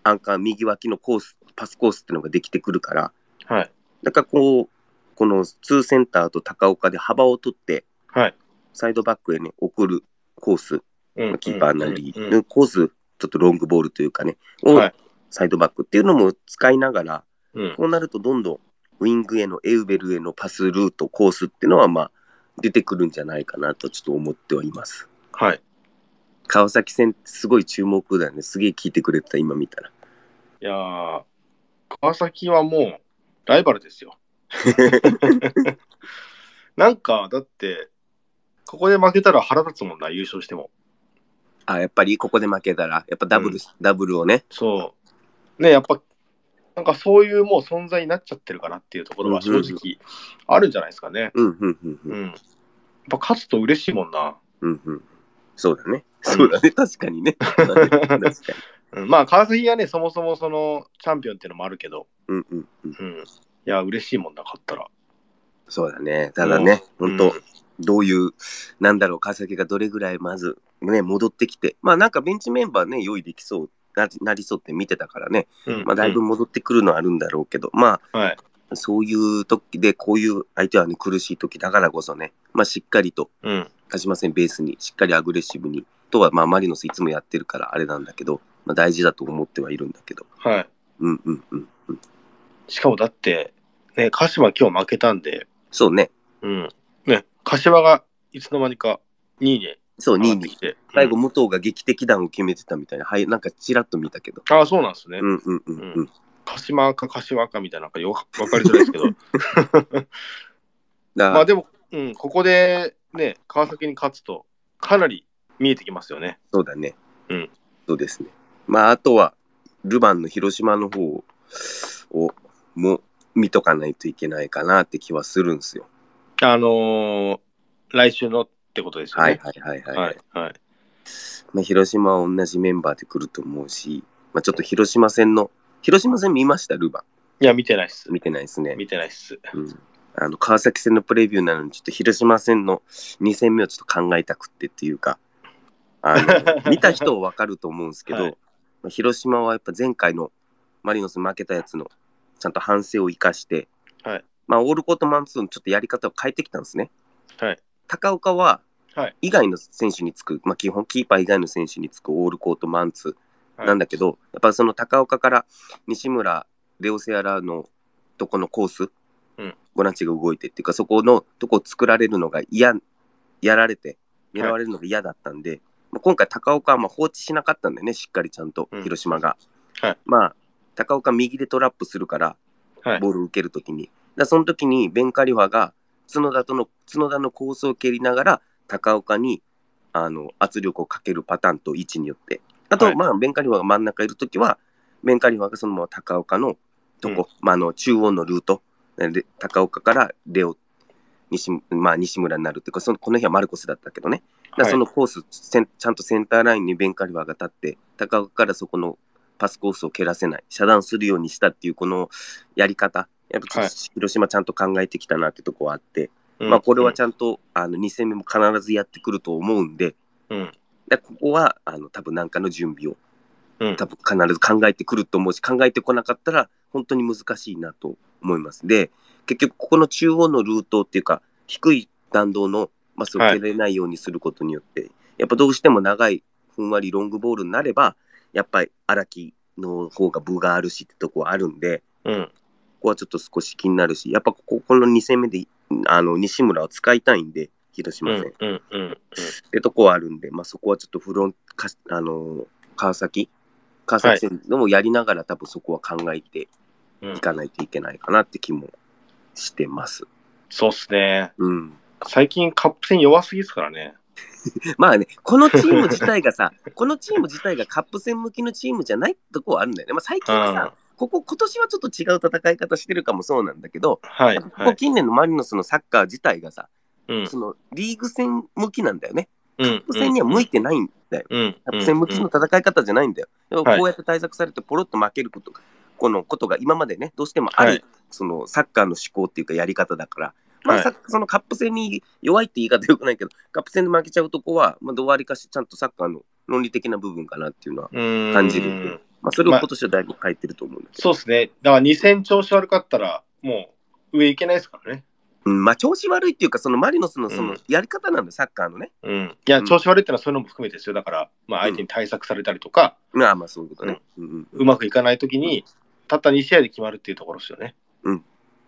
Speaker 3: アンカー右脇のコース、パスコースっていうのができてくるから、
Speaker 2: はい。
Speaker 3: だからこう、この2センターと高岡で幅を取って、
Speaker 2: はい。
Speaker 3: サイドバックへね、送るコース、
Speaker 2: う
Speaker 3: まあ
Speaker 2: ん
Speaker 3: キーパーなり、
Speaker 2: うんうん
Speaker 3: コース、ちょっとロングボールというかね、
Speaker 2: うん
Speaker 3: を
Speaker 2: はい。
Speaker 3: サイドバックっていうのも使いながら、
Speaker 2: うん。
Speaker 3: こうなるとどんどんウィングへのエウベルへのパスルート、コースっていうのは、まあ、出てくるんじゃないかなとちょっと思ってはいます。
Speaker 2: はい。
Speaker 3: 川崎戦すごい注目だよね。すげえ聞いてくれてた、今見たら。
Speaker 2: いやー川崎はもうライバルです よ。なんか、だって、ここで負けたら腹立つもんな、優勝しても。
Speaker 3: あ、やっぱりここで負けたら、やっぱダブル、ダブルをね、
Speaker 2: そう。ね、やっぱ、なんかそういうもう存在になっちゃってるかなっていうところは正直あるんじゃないですかね。
Speaker 3: うん、うん、うん、う
Speaker 2: うんん。やっぱ勝つと嬉しいもんな。
Speaker 3: うん、うん。そうだね。そうだね。 確かにね。そうだね確かに。
Speaker 2: うん、まあ、川崎がね、そもそもそのチャンピオンっていうのもあるけど、
Speaker 3: うん、うん、うん。
Speaker 2: うん。いや、嬉しいもんな、勝ったら。
Speaker 3: そうだね。ただね、
Speaker 2: う
Speaker 3: 本
Speaker 2: ん
Speaker 3: 当、どういう、なんだろう、川崎がどれぐらいまず、ね、戻ってきて、まあなんかベンチメンバーね、用意できそうな、なりそうって見てたからね、
Speaker 2: うん
Speaker 3: まあだいぶ戻ってくるのはあるんだろうけど、ま
Speaker 2: うんはい。
Speaker 3: あそういう時で、こういう相手はね、苦しい時だからこそね、まあしっかりと、
Speaker 2: うん。
Speaker 3: 鹿島戦ベースに、しっかりアグレッシブに、とは、まあマリノスいつもやってるからあれなんだけど、まあ大事だと思ってはいるんだけど、
Speaker 2: はい。
Speaker 3: うんうんうん。
Speaker 2: しかもだって、ね、鹿島今日負けたんで、
Speaker 3: そうね、
Speaker 2: うん。ね、柏がいつの間にか2位に
Speaker 3: そう、2
Speaker 2: 上
Speaker 3: 位
Speaker 2: がって
Speaker 3: に
Speaker 2: き。て。
Speaker 3: 最後、
Speaker 2: うん
Speaker 3: 武藤が劇的弾を決めてたみたいな、はい、なんかちらっと見たけど。
Speaker 2: ああ、そうなんですね。
Speaker 3: うんうんうんうん。
Speaker 2: 鹿島か柏かみたいな、なんかよくわかりづらいですけど。
Speaker 3: だ
Speaker 2: まあでも、うん、ここでね、川崎に勝つと、かなり見えてきますよね。
Speaker 3: そうだね。
Speaker 2: うん。
Speaker 3: そうですね。まあ、あとは、ルヴァンの広島の方を、をも見とかないといけないかなって気はするんですよ。
Speaker 2: あのー来週のってことですよ
Speaker 3: はい
Speaker 2: ね。
Speaker 3: はいはいはい。
Speaker 2: はい。はい。
Speaker 3: まあ、広島は同じメンバーで来ると思うし、まあ、ちょっと広島戦の、広島戦見ました、ルヴァ
Speaker 2: いや、見てないっす
Speaker 3: ン。。見てないですね。
Speaker 2: 見てないっす。
Speaker 3: うんあの川崎戦のプレビューなのに、ちょっと広島戦の2戦目をちょっと考えたくってっていうか、あ の見た人は分かると思うんですけど、
Speaker 2: はい
Speaker 3: まあ広島はやっぱ前回のマリノス負けたやつのちゃんと反省を生かして、
Speaker 2: はい
Speaker 3: まあ、オールコートマンツーのちょっとやり方を変えてきたんですね。
Speaker 2: はい
Speaker 3: 高岡は
Speaker 2: はい
Speaker 3: 以外の選手につく、まあ、基本キーパー以外の選手につくオールコートマンツー、
Speaker 2: はい
Speaker 3: なんだけど、やっぱその高岡から西村、レオセアラのとこのコース、
Speaker 2: うん
Speaker 3: ボランチが動いてっていうか、そこのとこ作られるのが嫌、やられて、
Speaker 2: はい
Speaker 3: 狙われるのが嫌だったんで、まあ今回、高岡はまあ放置しなかったんだよね、しっかりちゃんと
Speaker 2: うん、
Speaker 3: 広島が。
Speaker 2: はい
Speaker 3: まあ、高岡、右でトラップするから、
Speaker 2: はい
Speaker 3: ボールを受けるときに。だからその時に、ベンカリファが角田との角田のコースを蹴りながら、高岡にあの圧力をかけるパターンと位置によって。あと、
Speaker 2: はい
Speaker 3: まあ、ベンカリファが真ん中いるときは、ベンカリファがそのまま高岡のとこ、
Speaker 2: うん
Speaker 3: まあ、あの中央のルート、レ高岡からレオ、西,、まあ、西村になるっていうか、そのこの日はマルコスだったけどね。だから
Speaker 2: はい
Speaker 3: そのコース、せんちゃんとセンターラインにベンカリファが立って、高岡からそこのパスコースを蹴らせない、遮断するようにしたっていう、このやり方、やっぱちょっと広島ちゃんと考えてきたなってとこはあって、
Speaker 2: うん
Speaker 3: まあ、これはちゃんとあの2戦目も必ずやってくると思うんで、
Speaker 2: うん。
Speaker 3: だからここはあの多分なんかの準備を
Speaker 2: うん。
Speaker 3: 多分必ず考えてくると思うし考えてこなかったら本当に難しいなと思います。で結局ここの中央のルートっていうか低い弾道のマスを
Speaker 2: はい
Speaker 3: 蹴れないようにすることによって、やっぱどうしても長いふんわりロングボールになればやっぱり荒木の方が分があるしってとこはあるんで
Speaker 2: うん。
Speaker 3: ここはちょっと少し気になるしやっぱこここの2戦目であの西村を使いたいんで広
Speaker 2: う
Speaker 3: 島戦。
Speaker 2: ん。うん。うん。
Speaker 3: ってとこはあるんで、まあ、そこはちょっとフロンかあのー川崎川崎戦のもやりながら、多分そこは考えて
Speaker 2: うん
Speaker 3: いかないといけないかなって気もしてます。
Speaker 2: そうっすね。
Speaker 3: うん、
Speaker 2: 最近カップ戦弱すぎですからね。
Speaker 3: まあね、このチーム自体 がさ、このチーム自体がカップ戦向きのチームじゃないとこはあるんだよね。まあ、最近はさ、ここ今年はちょっと違う戦い方してるかもそうなんだけど、
Speaker 2: はい。
Speaker 3: こ
Speaker 2: は
Speaker 3: こ
Speaker 2: い。
Speaker 3: 近年のマリノスのサッカー自体がさ、
Speaker 2: うん
Speaker 3: そ。のリーグ戦向きなんだよね。
Speaker 2: うん
Speaker 3: カップ戦には向いてないんだよ。
Speaker 2: うん。うん
Speaker 3: 戦無機の戦い方じゃないんだよ。でも
Speaker 2: はい
Speaker 3: こうやって対策されてポロッと負けることが、このことが今までね、どうしてもある、
Speaker 2: はい
Speaker 3: そのサッカーの思考っていうかやり方だから、ま
Speaker 2: は
Speaker 3: あ、
Speaker 2: い
Speaker 3: さそのカップ戦に弱いって言い方よくないけど、カップ戦で負けちゃうとこは、まあ、どうありかしちゃんとサッカーの論理的な部分かなっていうのは、
Speaker 2: うん
Speaker 3: 感じるんでまあ、それを
Speaker 2: まあ
Speaker 3: 今年はだいぶ変えてると思うんだけど、
Speaker 2: そうですね。だから2戦調子悪かったら、もう上行けないですからね。
Speaker 3: うんまあ、調子悪いっていうか、そのマリノスのその
Speaker 2: うん
Speaker 3: やり方なんだよ、サッカーのね。
Speaker 2: うん。いや、調子悪いってのはそういうのも含めてですよ。だから、まあ、相手に対策されたりとか、
Speaker 3: まあまあ、そういうことね。うんうん
Speaker 2: うまくいかないときに、たった2試合で決まるっていうところですよね。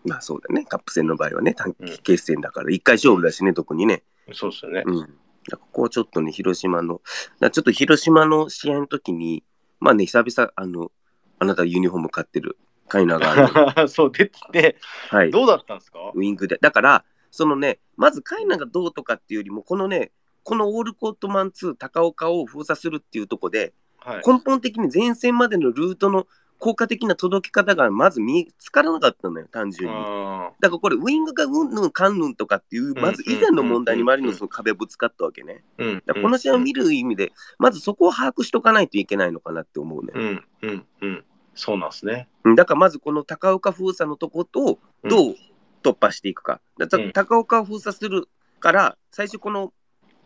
Speaker 3: まあ、そうだね。カップ戦の場合はね、短
Speaker 2: うん
Speaker 3: 期決戦だから、一回勝負だしね、特にね。
Speaker 2: そうですよね。
Speaker 3: うん、ここはちょっとね、広島の、だちょっと広島の試合の時に、まあね、久々、あの、あなたユニフォーム買ってる、カイナがあの、
Speaker 2: そう、出てて、
Speaker 3: はい、
Speaker 2: どうだったんですか
Speaker 3: ウイングで。だから、そのね、まずカイナがどうとかっていうよりも、このね、このオールコートマン2高岡を封鎖するっていうとこで、
Speaker 2: はい。
Speaker 3: 根本的に前線までのルートの効果的な届け方がまず見つからなかったのよ、単純に。
Speaker 2: あ
Speaker 3: だからこれ、ウイングがうんぬんかんぬんとかっていう、まず以前の問題にマリノスの壁ぶつかったわけね。
Speaker 2: ーうん
Speaker 3: だからこの試合を見る意味で、まずそこを把握しとかないといけないのかなって思うね。
Speaker 2: うんうんうん。そうなんですね。
Speaker 3: うんだからまずこの高岡封鎖のとことどう突破していくか。だから
Speaker 2: うん
Speaker 3: 高岡を封鎖するから、最初この、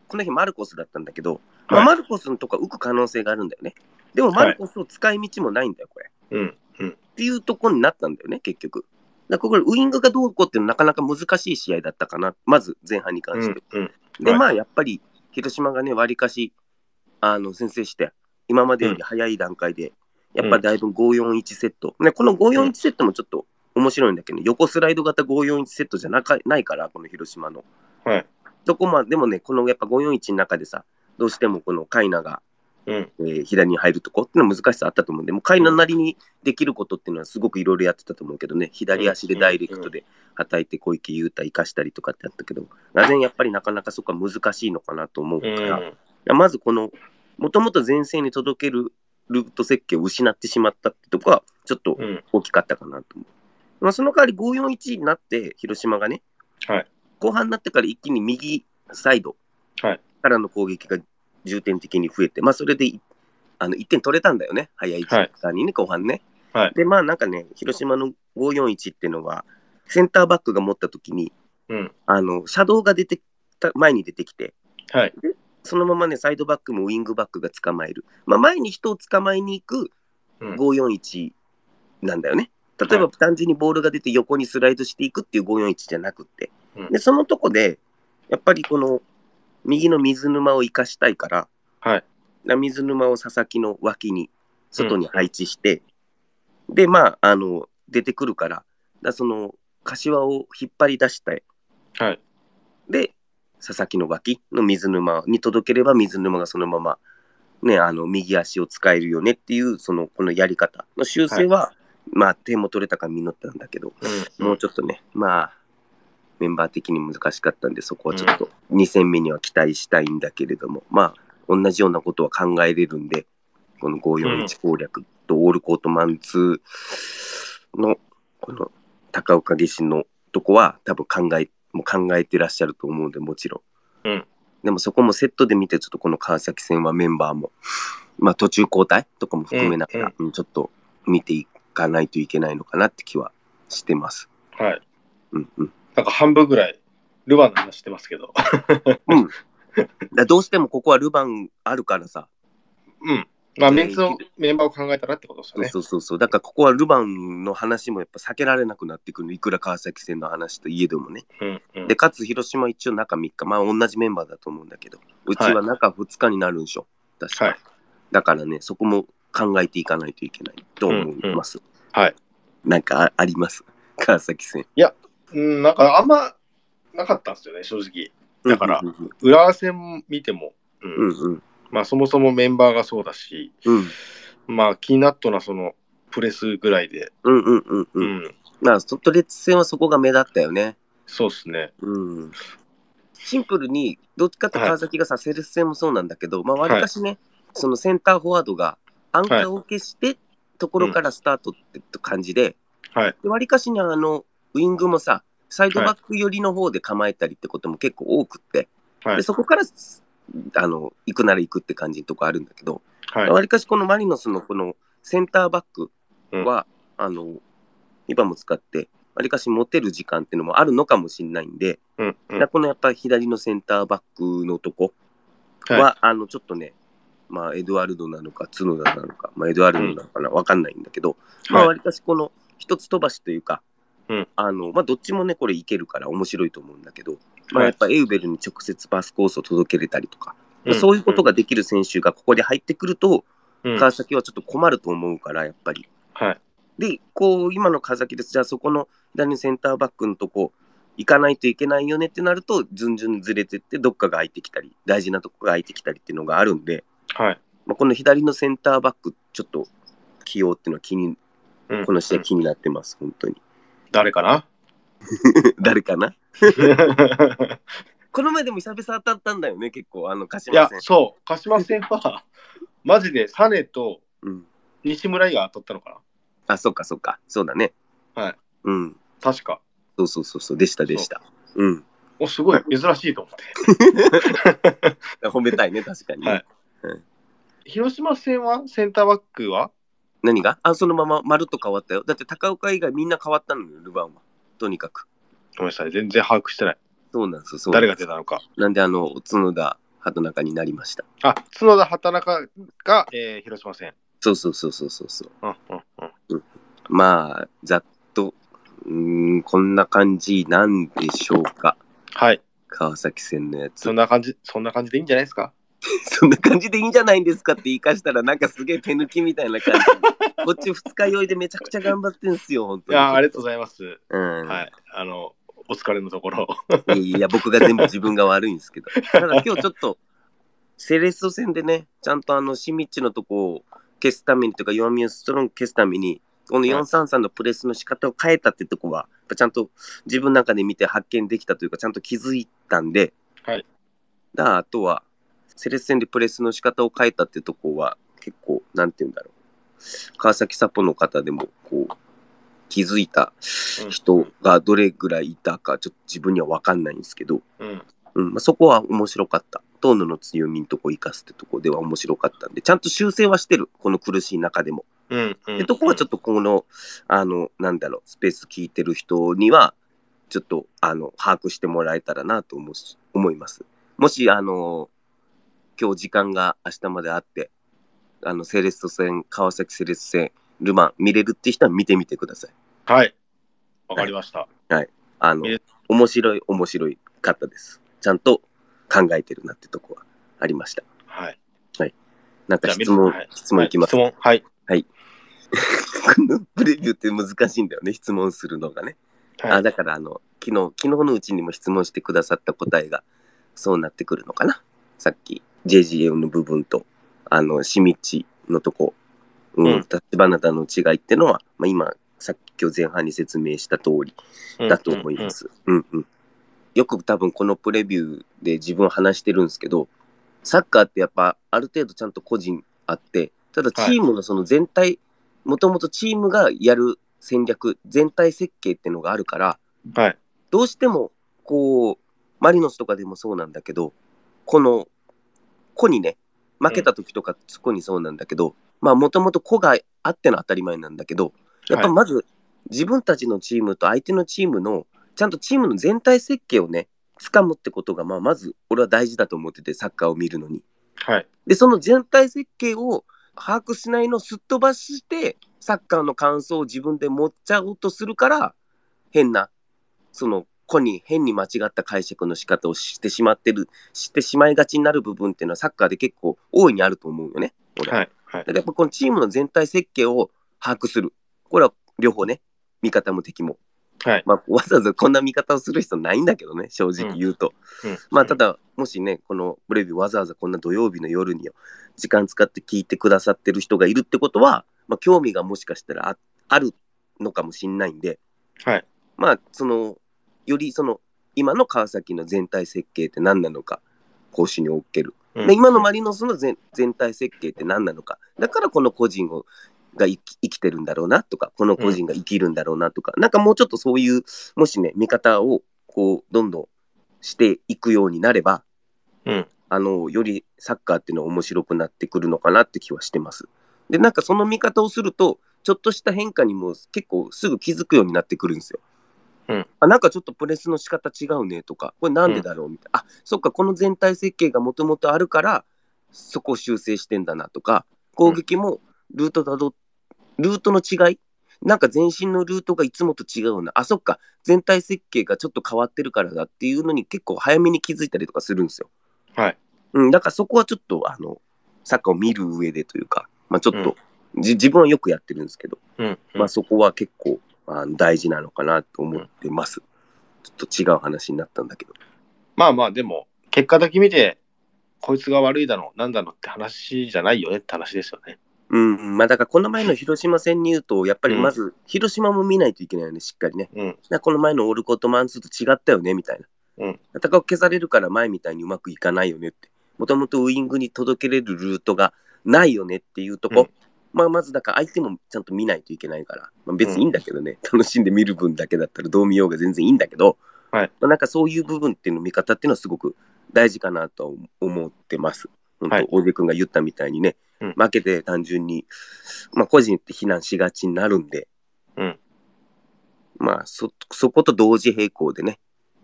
Speaker 3: この日マルコスだったんだけど、
Speaker 2: はい
Speaker 3: まあマルコスのとこは浮く可能性があるんだよね。でもマルコスを使い道もないんだよ、これ。
Speaker 2: うんうん。
Speaker 3: っていうとこになったんだよね、結局。だからこれ、ウイングがどうこうっていうのはなかなか難しい試合だったかな。まず前半
Speaker 2: う
Speaker 3: に関して。
Speaker 2: んうん。
Speaker 3: で、
Speaker 2: はい
Speaker 3: まあ、やっぱり、広島がね、わりかし、あの、先制して、今までより早い段階で、やっぱだいぶ541セット。ね、この541セットもちょっと面白いんだけど、横スライド型541セットじゃなかないから、この広島の。
Speaker 2: はい。
Speaker 3: どこまでもね、このやっぱ541の中でさ、どうしてもこのカイナが、
Speaker 2: うん
Speaker 3: えー左に入るとこっていうのは難しさあったと思うんで、もうカイナなりにできることっていうのはすごくいろいろやってたと思うけどね、左足でダイレクトで叩いて小池優太生かしたりとかってあったけど、なぜやっぱりなかなかそこは難しいのかなと思う
Speaker 2: う
Speaker 3: から、
Speaker 2: ん。
Speaker 3: まずこの、もともと前線に届けるルート設計を失ってしまったってとこは、ちょっと
Speaker 2: うん。
Speaker 3: 大きかったかなと思う。まあ、その代わり541になって、広島がね、
Speaker 2: はい
Speaker 3: 後半になってから一気に右サイド
Speaker 2: はい
Speaker 3: からの攻撃が重点的に増えて、まあ、それでいあの1点取れたんだよね、早い時間にね、後半ね。
Speaker 2: はい
Speaker 3: で、まあなんかね、広島の541っていうのは、センターバックが持った時に、
Speaker 2: うん。
Speaker 3: あの、シャドウが出てきた、前に出てきて、
Speaker 2: はい。
Speaker 3: そのままね、サイドバックもウイングバックが捕まえる。まあ、前に人を捕まえに行く
Speaker 2: うん
Speaker 3: 541なんだよね。例えば
Speaker 2: は
Speaker 3: 単純にボールが出て横にスライドしていくっていう541じゃなくって。
Speaker 2: うん
Speaker 3: で、そのとこで、やっぱりこの右の水沼を生かしたいから、
Speaker 2: はい
Speaker 3: な水沼を佐々木の脇に、外に配置して、で、まあ、あの、出てくるから、だからその、柏を引っ張り出して、
Speaker 2: はい。
Speaker 3: で、佐々木の脇の水沼に届ければ水沼がそのまま、ね、あの右足を使えるよねっていうそのこのやり方の修正は、まあ点も取れたから実ったんだけど、
Speaker 2: うん
Speaker 3: もうちょっとねまあメンバー的に難しかったんでそこはちょっと2戦目には期待したいんだけれども、まあ同じようなことは考えれるんでこの541攻略とオールコートマン2のこの高岡下心のとこは多分考えもう考えてらっしゃると思うんでもちろん、
Speaker 2: うん
Speaker 3: でもそこもセットで見てちょっとこの川崎戦はメンバーも、まあ、途中交代とかも含めながら、うんちょっと見ていかないといけないのかなって気はしてます。
Speaker 2: はい。
Speaker 3: うんうん
Speaker 2: なんか半分ぐらい、ルバンの話してますけど。
Speaker 3: うん、だからどうしてもここはルヴァンあるからさ、
Speaker 2: うん。まあ、メンツのメンバーを考えたらってことですよね。
Speaker 3: そうそうそうだからここはルヴァンの話もやっぱ避けられなくなってくるいくら川崎戦の話といえどもね
Speaker 2: うんうん
Speaker 3: でかつ広島一応中3日まあ同じメンバーだと思うんだけどうちは中2日になるんでしょ、確か、
Speaker 2: はい
Speaker 3: だからね、そこも考えていかないといけないと思います。
Speaker 2: うんはい。
Speaker 3: なんかああります。川崎戦。
Speaker 2: うん、なんかあんまなかったんですよね、正直。だから
Speaker 3: うんうん
Speaker 2: 浦和戦見ても、うん
Speaker 3: うん。うん
Speaker 2: まあそもそもメンバーがそうだし、
Speaker 3: うん。
Speaker 2: まあ気になったのはそのプレスぐらいで、
Speaker 3: うんうんうん
Speaker 2: う、
Speaker 3: うんん。まあ、ストレッツ戦はそこが目立ったよね。
Speaker 2: そうですね。
Speaker 3: うん。シンプルに、どっちかって川崎がさ、セルス戦もそうなんだけど、まあ、
Speaker 2: はい
Speaker 3: わりかしね、そのセンターフォワードがアンカーを消して、ところからスタートって感じで、
Speaker 2: はい。
Speaker 3: わりかしね、あの、ウイングもさ、サイドバック寄りの方で構えたりってことも結構多くって、
Speaker 2: はい
Speaker 3: でそこからすあの行くなら行くって感じのとこあるんだけど、
Speaker 2: はい。
Speaker 3: わりかしこのマリノスのこのセンターバックは、あの今も使って、わりかし持てる時間っていうのもあるのかもしれないんで、
Speaker 2: うん、うん。
Speaker 3: だからこのやっぱり左のセンターバックのとこは、
Speaker 2: は
Speaker 3: あのちょっとね、まあ、エドワルドなのか、角田なのか、まあ、エドワルドなのかな、わかんないんだけど、まあ、
Speaker 2: は
Speaker 3: わりかしこの一つ飛ばしというか、
Speaker 2: うん
Speaker 3: あのまあ、どっちもね、これいけるから面白いと思うんだけど、
Speaker 2: い。
Speaker 3: まあ、やっぱエウベルに直接パスコースを届けれたりとか、
Speaker 2: うん
Speaker 3: そういうことができる選手がここで入ってくると、
Speaker 2: うん
Speaker 3: 川崎はちょっと困ると思うから、やっぱり。
Speaker 2: はい。
Speaker 3: で、こう、今の川崎です。じゃあ、そこの左のセンターバックのとこ、行かないといけないよねってなると、順々ずれてって、どっかが空いてきたり、大事なとこが空いてきたりっていうのがあるんで、
Speaker 2: はい。
Speaker 3: まあ、この左のセンターバック、ちょっと起用っていうのは気に、
Speaker 2: うん
Speaker 3: この試合気にな ってます、 本当に。
Speaker 2: 誰かな
Speaker 3: 誰かなこの前でも久々当たったんだよね、結構、あの、鹿
Speaker 2: いや
Speaker 3: 島戦、。
Speaker 2: そう、鹿島戦は、マジでサネと
Speaker 3: うん。
Speaker 2: 西村以外当たったのか
Speaker 3: あ、そっかそっか。そうだね。
Speaker 2: はい。
Speaker 3: うん。
Speaker 2: な確か。
Speaker 3: そうそうそうそう。でしたでした。うん。
Speaker 2: お、すごい、珍しいと思って。
Speaker 3: 褒めたいね、確かにね。
Speaker 2: はい広島戦はセンターバックは
Speaker 3: 何があ、そのまま、まるっと変わったよ。だって、高岡以外みんな変わったのよ、ルヴァンは。とにかく。
Speaker 2: ごめんなさい、全然把握してない。
Speaker 3: そうなんですよ。そうなん
Speaker 2: 誰
Speaker 3: で
Speaker 2: が
Speaker 3: す
Speaker 2: 出たのか。
Speaker 3: なんで、あの、角田畑中になりました。
Speaker 2: あ、角田畑中が、えー広島戦。
Speaker 3: そうそうそうそうそうそう。
Speaker 2: うんうんうん。
Speaker 3: まあ、ざっと、うーん、こんな感じなんでしょうか。
Speaker 2: はい。
Speaker 3: 川崎戦のやつ
Speaker 2: そん。な感じ、そんな感じでいいんじゃないですか。
Speaker 3: そんな感じでいいんじゃないんですかって言い返したら、なんかすげえ手抜きみたい な感じ。こっち二日酔いでめちゃくちゃ頑張ってんすよ、本当
Speaker 2: い
Speaker 3: に。
Speaker 2: やー、ありがとうございます。
Speaker 3: うん
Speaker 2: はい。あの、お疲れのところ。
Speaker 3: いやいや、僕が全部自分が悪いんですけど。ただ今日ちょっと、セレッソ戦でね、ちゃんとあの、シミッチのとこを消すためにとか、弱みをストロング消すために、この433のプレスの仕方を変えたってとこは、やっぱちゃんと自分の中で見て発見できたというか、ちゃんと気づいたんで、
Speaker 2: はい。
Speaker 3: だからあとは、セレッソ戦でプレスの仕方を変えたってとこは、結構、なんて言うんだろう。川崎サポの方でも、こう、気づいた人がどれぐらいいたか、ちょっと自分には分かんないんですけど、
Speaker 2: うん。
Speaker 3: うんまあ、そこは面白かった。遠野の強みんとこ生かすってとこでは面白かったんで、ちゃんと修正はしてる。この苦しい中でも。
Speaker 2: うん。うん。
Speaker 3: ってとこはちょっとこの、あの、なんだろう、スペース聞いてる人には、ちょっと、あの、把握してもらえたらなと思うし思います。もし、あの、今日時間が明日まであって、あの、セレッソ戦、川崎セレッソ戦、ルマン見れるって人は見てみてください。
Speaker 2: と。はい。わかりました。
Speaker 3: あの
Speaker 2: 見れ、
Speaker 3: 面白い、面白いかったです。ちゃんと考えてるなってとこはありました。
Speaker 2: はい。
Speaker 3: なんか
Speaker 2: じゃあ
Speaker 3: 質
Speaker 2: 皆
Speaker 3: 問、
Speaker 2: さんはい
Speaker 3: 質問いきます。
Speaker 2: 質問。はい。
Speaker 3: この プレビューって難しいんだよね、質問するのがね。
Speaker 2: はい
Speaker 3: あだからあの、昨日、昨日のうちにも質問してくださった答えが、そうなってくるのかな。さっき、JGM の部分と、あの、しみちのとこ、うん、
Speaker 2: うん
Speaker 3: 立花田の違いってのは、まあ、今、さっき今日前半に説明した通り、だと思いま。す。うんうん。よく多分このプレビューで自分話してるんですけど、サッカーってやっぱある程度ちゃんと個人あって、ただチームのその全体、もともとチームがやる戦略、全体設計ってのがあるから、
Speaker 2: はい。
Speaker 3: どうしてもこう、マリノスとかでもそうなんだけど、この、個にね、負けた時とかそこにそうなんだけど、まあもともと個があっての当たり前なんだけど、やっぱ
Speaker 2: はい
Speaker 3: まず自分たちのチームと相手のチームのちゃんとチームの全体設計をね掴むってことがまあまず俺は大事だと思っててサッカーを見るのに。
Speaker 2: はい。
Speaker 3: でその全体設計を把握しないのをすっ飛ばしてサッカーの感想を自分で持っちゃおうとするから変なその子に変に間違った解釈の仕方をしてしまってるしてしまいがちになる部分っていうのはサッカーで結構大いにあると思うよね。俺
Speaker 2: はい。はい
Speaker 3: だ。からやっぱこのチームの全体設計を把握する。これは両方ね、味方も敵も。
Speaker 2: はい
Speaker 3: まあ、わざわざこんな見方をする必要ないんだけどね、正直言うと。
Speaker 2: うん
Speaker 3: まあ、ただ、もしね、このブレイビューわざわざこんな土曜日の夜に時間使って聞いてくださってる人がいるってことは、まあ、興味がもしかしたらああるのかもしんないんで、
Speaker 2: はい。
Speaker 3: まあ、その、よりその、今の川崎の全体設計って何なのか、講師における。
Speaker 2: うん
Speaker 3: で今のマリノスの全全体設計って何なのかだからこの個人をが生き生きてるんだろうなとかこの個人が生きるんだろうなとか、なんかもうちょっとそういうもしね見方をこうどんどんしていくようになれば、
Speaker 2: うん
Speaker 3: あのよりサッカーっていうのは面白くなってくるのかなって気はしてます。でなんかその見方をするとちょっとした変化にも結構すぐ気づくようになってくるんですよ。
Speaker 2: うん
Speaker 3: あなんかちょっとプレスの仕方違うねとかこれなんでだろうみたいな、あそっかこの全体設計がもともとあるからそこを修正してんだなとか攻撃もルートたどルートの違いなんか全身のルートがいつもと違うなあそっか全体設計がちょっと変わってるからだっていうのに結構早めに気づいたりとかするんですよ。
Speaker 2: はい。
Speaker 3: うん、だからそこはちょっとあのサッカーを見る上でというか、まあ、ちょっと、じ自分はよくやってるんですけど、
Speaker 2: うん。
Speaker 3: まあ、そこは結構あの大事なのかなと思ってます。ちょっと違う話になったんだけど。
Speaker 2: まあまあ、でも、結果だけ見て、こいつが悪いだの、なんだのって話じゃないよねって話ですよね。
Speaker 3: うんうん、まあだからこの前の広島戦に言うと、やっぱりまず広島も見ないといけないよね、しっかりね。
Speaker 2: うん。
Speaker 3: だからこの前のオールコートマンツーと違ったよね、みたいな。
Speaker 2: うん
Speaker 3: 高く消されるから前みたいにうまくいかないよねってもともとウイングに届けれるルートがないよねっていうとこ、
Speaker 2: うん
Speaker 3: まあ、まずだから相手もちゃんと見ないといけないから、まあ、別にいいんだけどね、楽しんで見る分だけだったらどう見ようが全然いいんだけど、
Speaker 2: はい
Speaker 3: まあ、なんかそういう部分っていうの見方っていうのはすごく大事かなと思ってます。本当
Speaker 2: はい
Speaker 3: 大出君が言ったみたいにね、
Speaker 2: うん
Speaker 3: 負けて単純に、まあ、個人って非難しがちになるんで、
Speaker 2: うん
Speaker 3: まあそそこと同時並行でね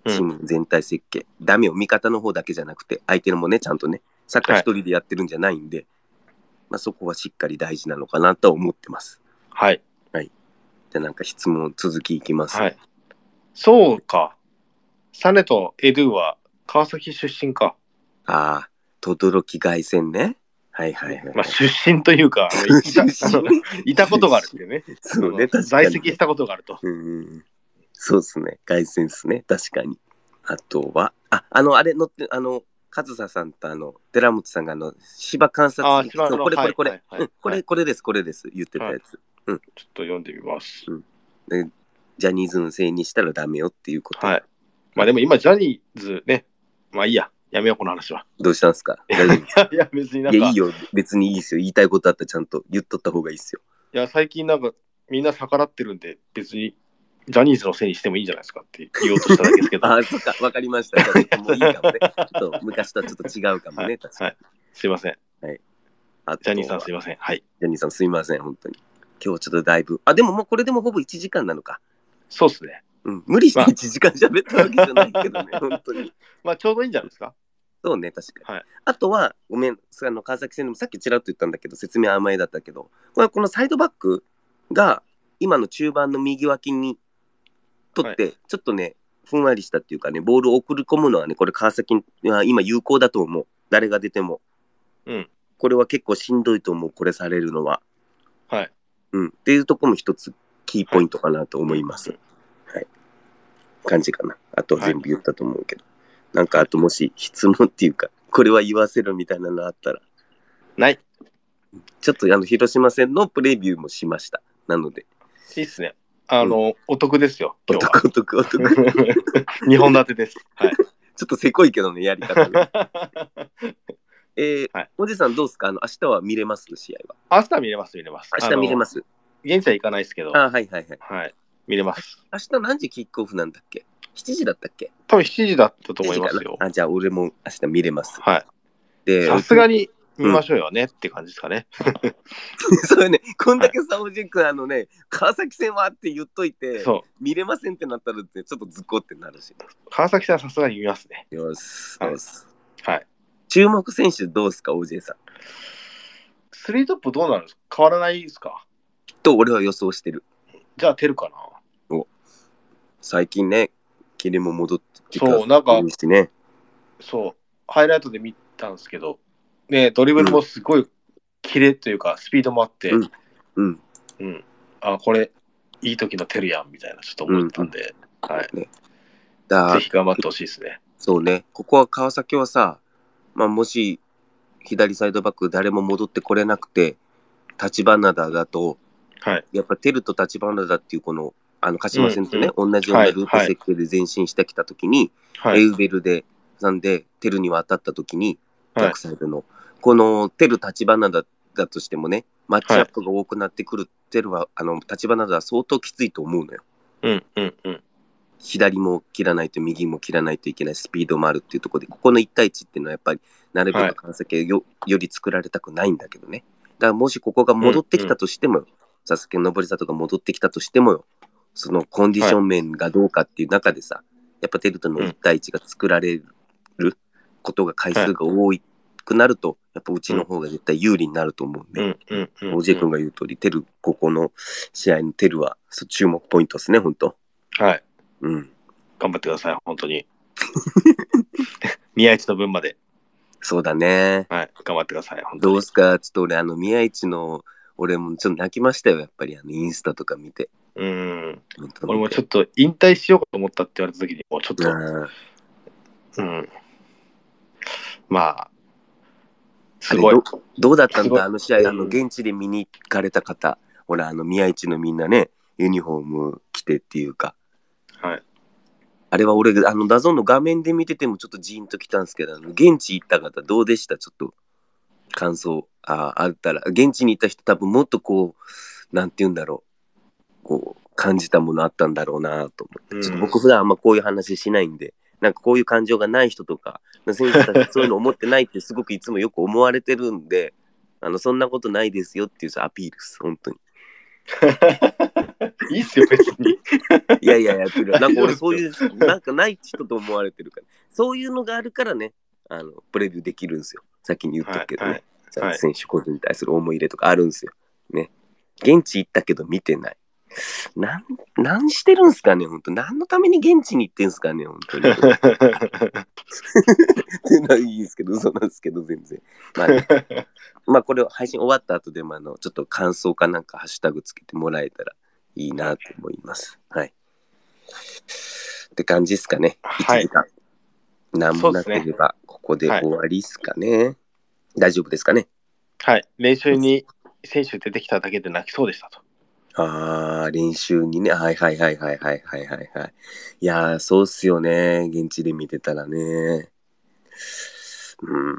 Speaker 2: うん
Speaker 3: チームの全体設計、ダメを味方の方だけじゃなくて相手のもねちゃんとねサッカー一人でやってるんじゃないんで、まあ、そこはしっかり大事なのかなとは思ってます。
Speaker 2: はい。
Speaker 3: じゃあなんか質問続きいきます。
Speaker 2: はい。そうか。サネとエドゥは川崎出身か。
Speaker 3: ああ、轟凱旋ね。はいはいはい。
Speaker 2: まあ、出身というか、あのいた
Speaker 3: 出身
Speaker 2: あのいたことがあるっていうね。
Speaker 3: そうね、
Speaker 2: あの
Speaker 3: 確かに。
Speaker 2: 在籍したことがあると。
Speaker 3: うんうんうん。そうですね、凱旋ですね、確かに。あとは、あ、あの、あれ乗って、あの、勝佐さんとあの、寺本さんがあの、芝観察
Speaker 2: あー芝の
Speaker 3: そうこれこ
Speaker 2: は
Speaker 3: れ
Speaker 2: い
Speaker 3: これ、
Speaker 2: はいはい
Speaker 3: うん、こ
Speaker 2: は
Speaker 3: れ、
Speaker 2: い
Speaker 3: これです、これです、言ってたやつ。
Speaker 2: ちょっと読んでみます。
Speaker 3: ジャニーズのせいにしたらダメよっていうこと。
Speaker 2: はい。まあでも今、ジャニーズね。まあいいや。やめよう、この話は。
Speaker 3: どうしたんですか大丈夫で す
Speaker 2: いや、別になん
Speaker 3: い
Speaker 2: か。
Speaker 3: や、いいよ、別にいいですよ。言いたいことあったらちゃんと言っとった方がいいですよ。
Speaker 2: いや、最近なんかみんな逆らってるんで、別にジャニーズのせいにしてもいいんじゃないですかって言おうとしただけですけ ど、
Speaker 3: ああ、そっか、わかりました。じゃあ僕もういいか もね。ちょっと昔とはちょっと違うかも
Speaker 2: は
Speaker 3: ね、
Speaker 2: い
Speaker 3: 確かに。
Speaker 2: すいません。
Speaker 3: あと
Speaker 2: ジャニーさん
Speaker 3: は
Speaker 2: すいません。はい。
Speaker 3: ジャニーさんすいません、本当に。今日ちょっとだいぶ。あ、でももうこれでもほぼ1時間なのか。
Speaker 2: そうですね。
Speaker 3: うん、無理して
Speaker 2: まあ
Speaker 3: 1時間喋ったわけじゃないけ どね、本当に。
Speaker 2: まあちょうどいいんじゃないですか。
Speaker 3: そうね、確かに。
Speaker 2: はい
Speaker 3: あとは、ごめん、あの川崎戦でもさっきちらっと言ったんだけど、説明甘えだったけど、これこのサイドバックが今の中盤の右脇にとって、ちょっとね、ふんわりしたっていうかね、ボールを送り込むのはね、これ川崎には今有効だと思う。誰が出ても。
Speaker 2: うん
Speaker 3: これは結構しんどいと思う、これされるのは。
Speaker 2: はい。
Speaker 3: うん、っていうところも一つキーポイントかなと思います。はい。感じかな。あとは全部言ったと思うけど。なんかあともし質問っていうか、 これは言わせろみたいなのあったら、
Speaker 2: ない。
Speaker 3: ちょっとあの、広島戦のプレビューもしました。なので、
Speaker 2: いいっすね。あの、お得ですよ、
Speaker 3: お
Speaker 2: 今日は。
Speaker 3: 得お得お 得。ちょ
Speaker 2: 2本立てです。はい。
Speaker 3: っとせこいけどね、やり方が。えー
Speaker 2: はい
Speaker 3: おじさんどうすかあの、明日は見れます試合は。
Speaker 2: 明日見れます、見れます。。
Speaker 3: 明日見れますす。
Speaker 2: 現地は行かないですけど、
Speaker 3: あはいはいはい。
Speaker 2: はい。見れます。
Speaker 3: 明日何時キックオフなんだっけ ?7 時だったっけ
Speaker 2: 多分7時だったと
Speaker 3: 7
Speaker 2: 思い
Speaker 3: 時
Speaker 2: ま
Speaker 3: か
Speaker 2: す
Speaker 3: な
Speaker 2: よ。
Speaker 3: あ、じゃあ俺も明日見れます。
Speaker 2: は
Speaker 3: で
Speaker 2: い。、さすがに見ましょうよねって感じですかね。
Speaker 3: そうよね、こんだけさ、おじい君、あのね、川崎戦はって言っといて、
Speaker 2: そ
Speaker 3: 見れませんってなったらって、ちょっとずこってなるし。
Speaker 2: う。川崎さんはさすがに見ますね。
Speaker 3: よし、
Speaker 2: はい
Speaker 3: よし。
Speaker 2: はい。
Speaker 3: 注目選手どうすか、おじいさん。
Speaker 2: スリートップどうなるんですか変わらないですか
Speaker 3: と、俺は予想してる。
Speaker 2: じゃあ、テルかな。
Speaker 3: 最近ね、キレも戻ってきた
Speaker 2: そうなんか
Speaker 3: いいしね。
Speaker 2: そう、ハイライトで見たんですけど、ね、ドリブルもすごいキレというか、スピードもあって、
Speaker 3: う
Speaker 2: うんん、
Speaker 3: うん。
Speaker 2: あ、これ、いい時のテルやんみたいな、ちょっと思ったんで、はい。
Speaker 3: ね、だ
Speaker 2: ぜひ頑張ってほしいですね。
Speaker 3: そうね、ここは川崎はさ、まあ、もし左サイドバック誰も戻ってこれなくて、立花田だと、
Speaker 2: はい。
Speaker 3: やっぱテルと立花田っていうこの、あの鹿島戦とね、同じよう
Speaker 2: は
Speaker 3: ないルート設計で前進してきたときに、
Speaker 2: は
Speaker 3: エ
Speaker 2: い。
Speaker 3: ウベルで、なんで、テルには当たったときに、
Speaker 2: はい
Speaker 3: 逆サイドの、このテル立花だだとしてもね、マッチアップが多くなってくる、テルは、あの、立花だは相当きついと思うのよ。
Speaker 2: うんうんうん。
Speaker 3: 左も切らないと右も切らないといけないスピードもあるっていうところでここの1対1っていうのはやっぱりなるべ
Speaker 2: はい
Speaker 3: く川崎はよ,、より作られたくないんだけどねだからもしここが戻ってきたとしてもよ佐々木登里が戻ってきたとしてもよそのコンディション面がどうかっていう中でさ、やっぱテルとの1対1が作られることが回数が多くなると、やっぱうちの方が絶対有利になると思うん
Speaker 2: う
Speaker 3: で、
Speaker 2: んうんうん。
Speaker 3: おじい君が言う通りテルここの試合のテルはそう注目ポイントですね本当
Speaker 2: はい。
Speaker 3: うん
Speaker 2: 頑張ってください、本当 に。宮市の分まで、
Speaker 3: そうだね
Speaker 2: はい。頑張ってください、本当
Speaker 3: ど
Speaker 2: に
Speaker 3: う。すかちょっと俺、あの、宮市の、俺もちょっと泣きましたよ、やっぱり、あの、インスタとか見て。
Speaker 2: うん。俺
Speaker 3: 俺
Speaker 2: もちょ
Speaker 3: っ
Speaker 2: っと引退しようかと思ったって言われた時に、もうちょっと。
Speaker 3: うん、
Speaker 2: うん。まあ、
Speaker 3: あ
Speaker 2: す
Speaker 3: れ
Speaker 2: ごい。
Speaker 3: どどうだったん
Speaker 2: すごい
Speaker 3: だ、あの試合、あの、
Speaker 2: うん
Speaker 3: 現地で見に行かれた方、ほら、あの、宮市のみんなね、ユニフォーム着てっていうか、
Speaker 2: はい。
Speaker 3: あれは俺、あの、ダゾーンの画面で見ててもちょっとジーンときたんですけど、あの現地行った方どうでしたちょっと、感想、ああったら、現地に行った人多分もっとこう、なんて言うんだろう、こう、感じたものあったんだろうなと思って、
Speaker 2: うん
Speaker 3: ちょっと僕普段あんまこういう話しないんで、なんかこういう感情がない人とか、選手たちがそういうの思ってないってすごくいつもよく思われてるんで、あの、そんなことないですよっていうアピールです、本当に。
Speaker 2: いいっすよ、別に。
Speaker 3: いやいや、やって る。なんか俺、そういう、なんかない人と思われてるから。そういうのがあるからね、あの、プレビューできるんですよ。先に言っとくけど
Speaker 2: はいは
Speaker 3: ね
Speaker 2: い。
Speaker 3: ちゃんと選手個人に対する思い入れとかあるんですよ。ね。現地行ったけど見てない。なん、なんしてるんすかね、本当何のために現地に行ってんすかね、本当に。っていうのはいいですけど、嘘なんですけど、全然。まあ ね、まあこれを配信終わった後でも、あの、ちょっと感想かなんかハッシュタグつけてもらえたらいいなと思います。はい。って感じですかね。
Speaker 2: はい
Speaker 3: 1時間。なんもなけ
Speaker 2: そう
Speaker 3: れば、ここで終わりっすかね。大丈夫ですかね。
Speaker 2: はい。練習に選手出てきただけで泣きそうでしたと。
Speaker 3: ああ、練習にね。はいはいはいはいはいはいはいはい。いやー、そうっすよね。現地で見てたらね。うん。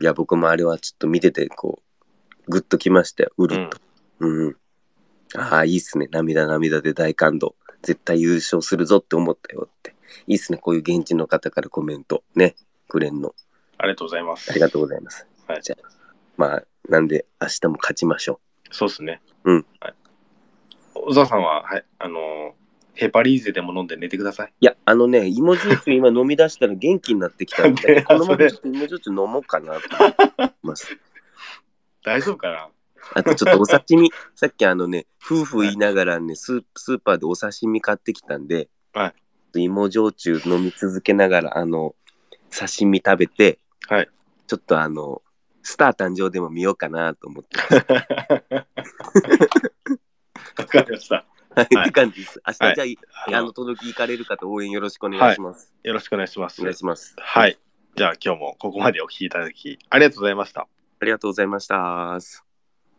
Speaker 3: いや、僕もあれはちょっと見てて、こう、グッときましたよ。う
Speaker 2: う
Speaker 3: るっ
Speaker 2: ん
Speaker 3: と。。うん。ああ、いいっすね。涙涙で大感動。絶対優勝するぞって思ったよって。いいっすね。こういう現地の方からコメントね、くれんの。
Speaker 2: ありがとうございます。
Speaker 3: ありがとうございます。
Speaker 2: はい
Speaker 3: じゃあ、まあ、なんで明日も勝ちましょ
Speaker 2: そうですね。
Speaker 3: うん
Speaker 2: はい。小沢さんは、はい、あのーヘパリーゼでも飲んで寝てください。
Speaker 3: う。いや、あのね、芋焼酎今飲み出したら元気になってきた ん
Speaker 2: ね
Speaker 3: で、このま
Speaker 2: それ
Speaker 3: まちょっと芋焼酎飲もうかなと思います。
Speaker 2: 大丈夫かな
Speaker 3: あとちょっとお刺身、 さっきあのね、夫婦言いながらね、スースーパーでお刺身買ってきたんで、
Speaker 2: は
Speaker 3: 芋焼酎飲み続けながら、あの、刺身食べて、
Speaker 2: はい
Speaker 3: ちょっとあの、スター誕生でも見ようかなと思って、
Speaker 2: わかりました。
Speaker 3: はい、
Speaker 2: はい
Speaker 3: って感じです。明日、
Speaker 2: はい
Speaker 3: じゃあい、
Speaker 2: あ
Speaker 3: あ
Speaker 2: の
Speaker 3: の、届き行かれる方応援よろしくお願いします。
Speaker 2: よろしくお願いします
Speaker 3: お。願いします。
Speaker 2: はい。じゃあ今日もここまでお聞きいただきありがとうございました。
Speaker 3: ありがとうございました。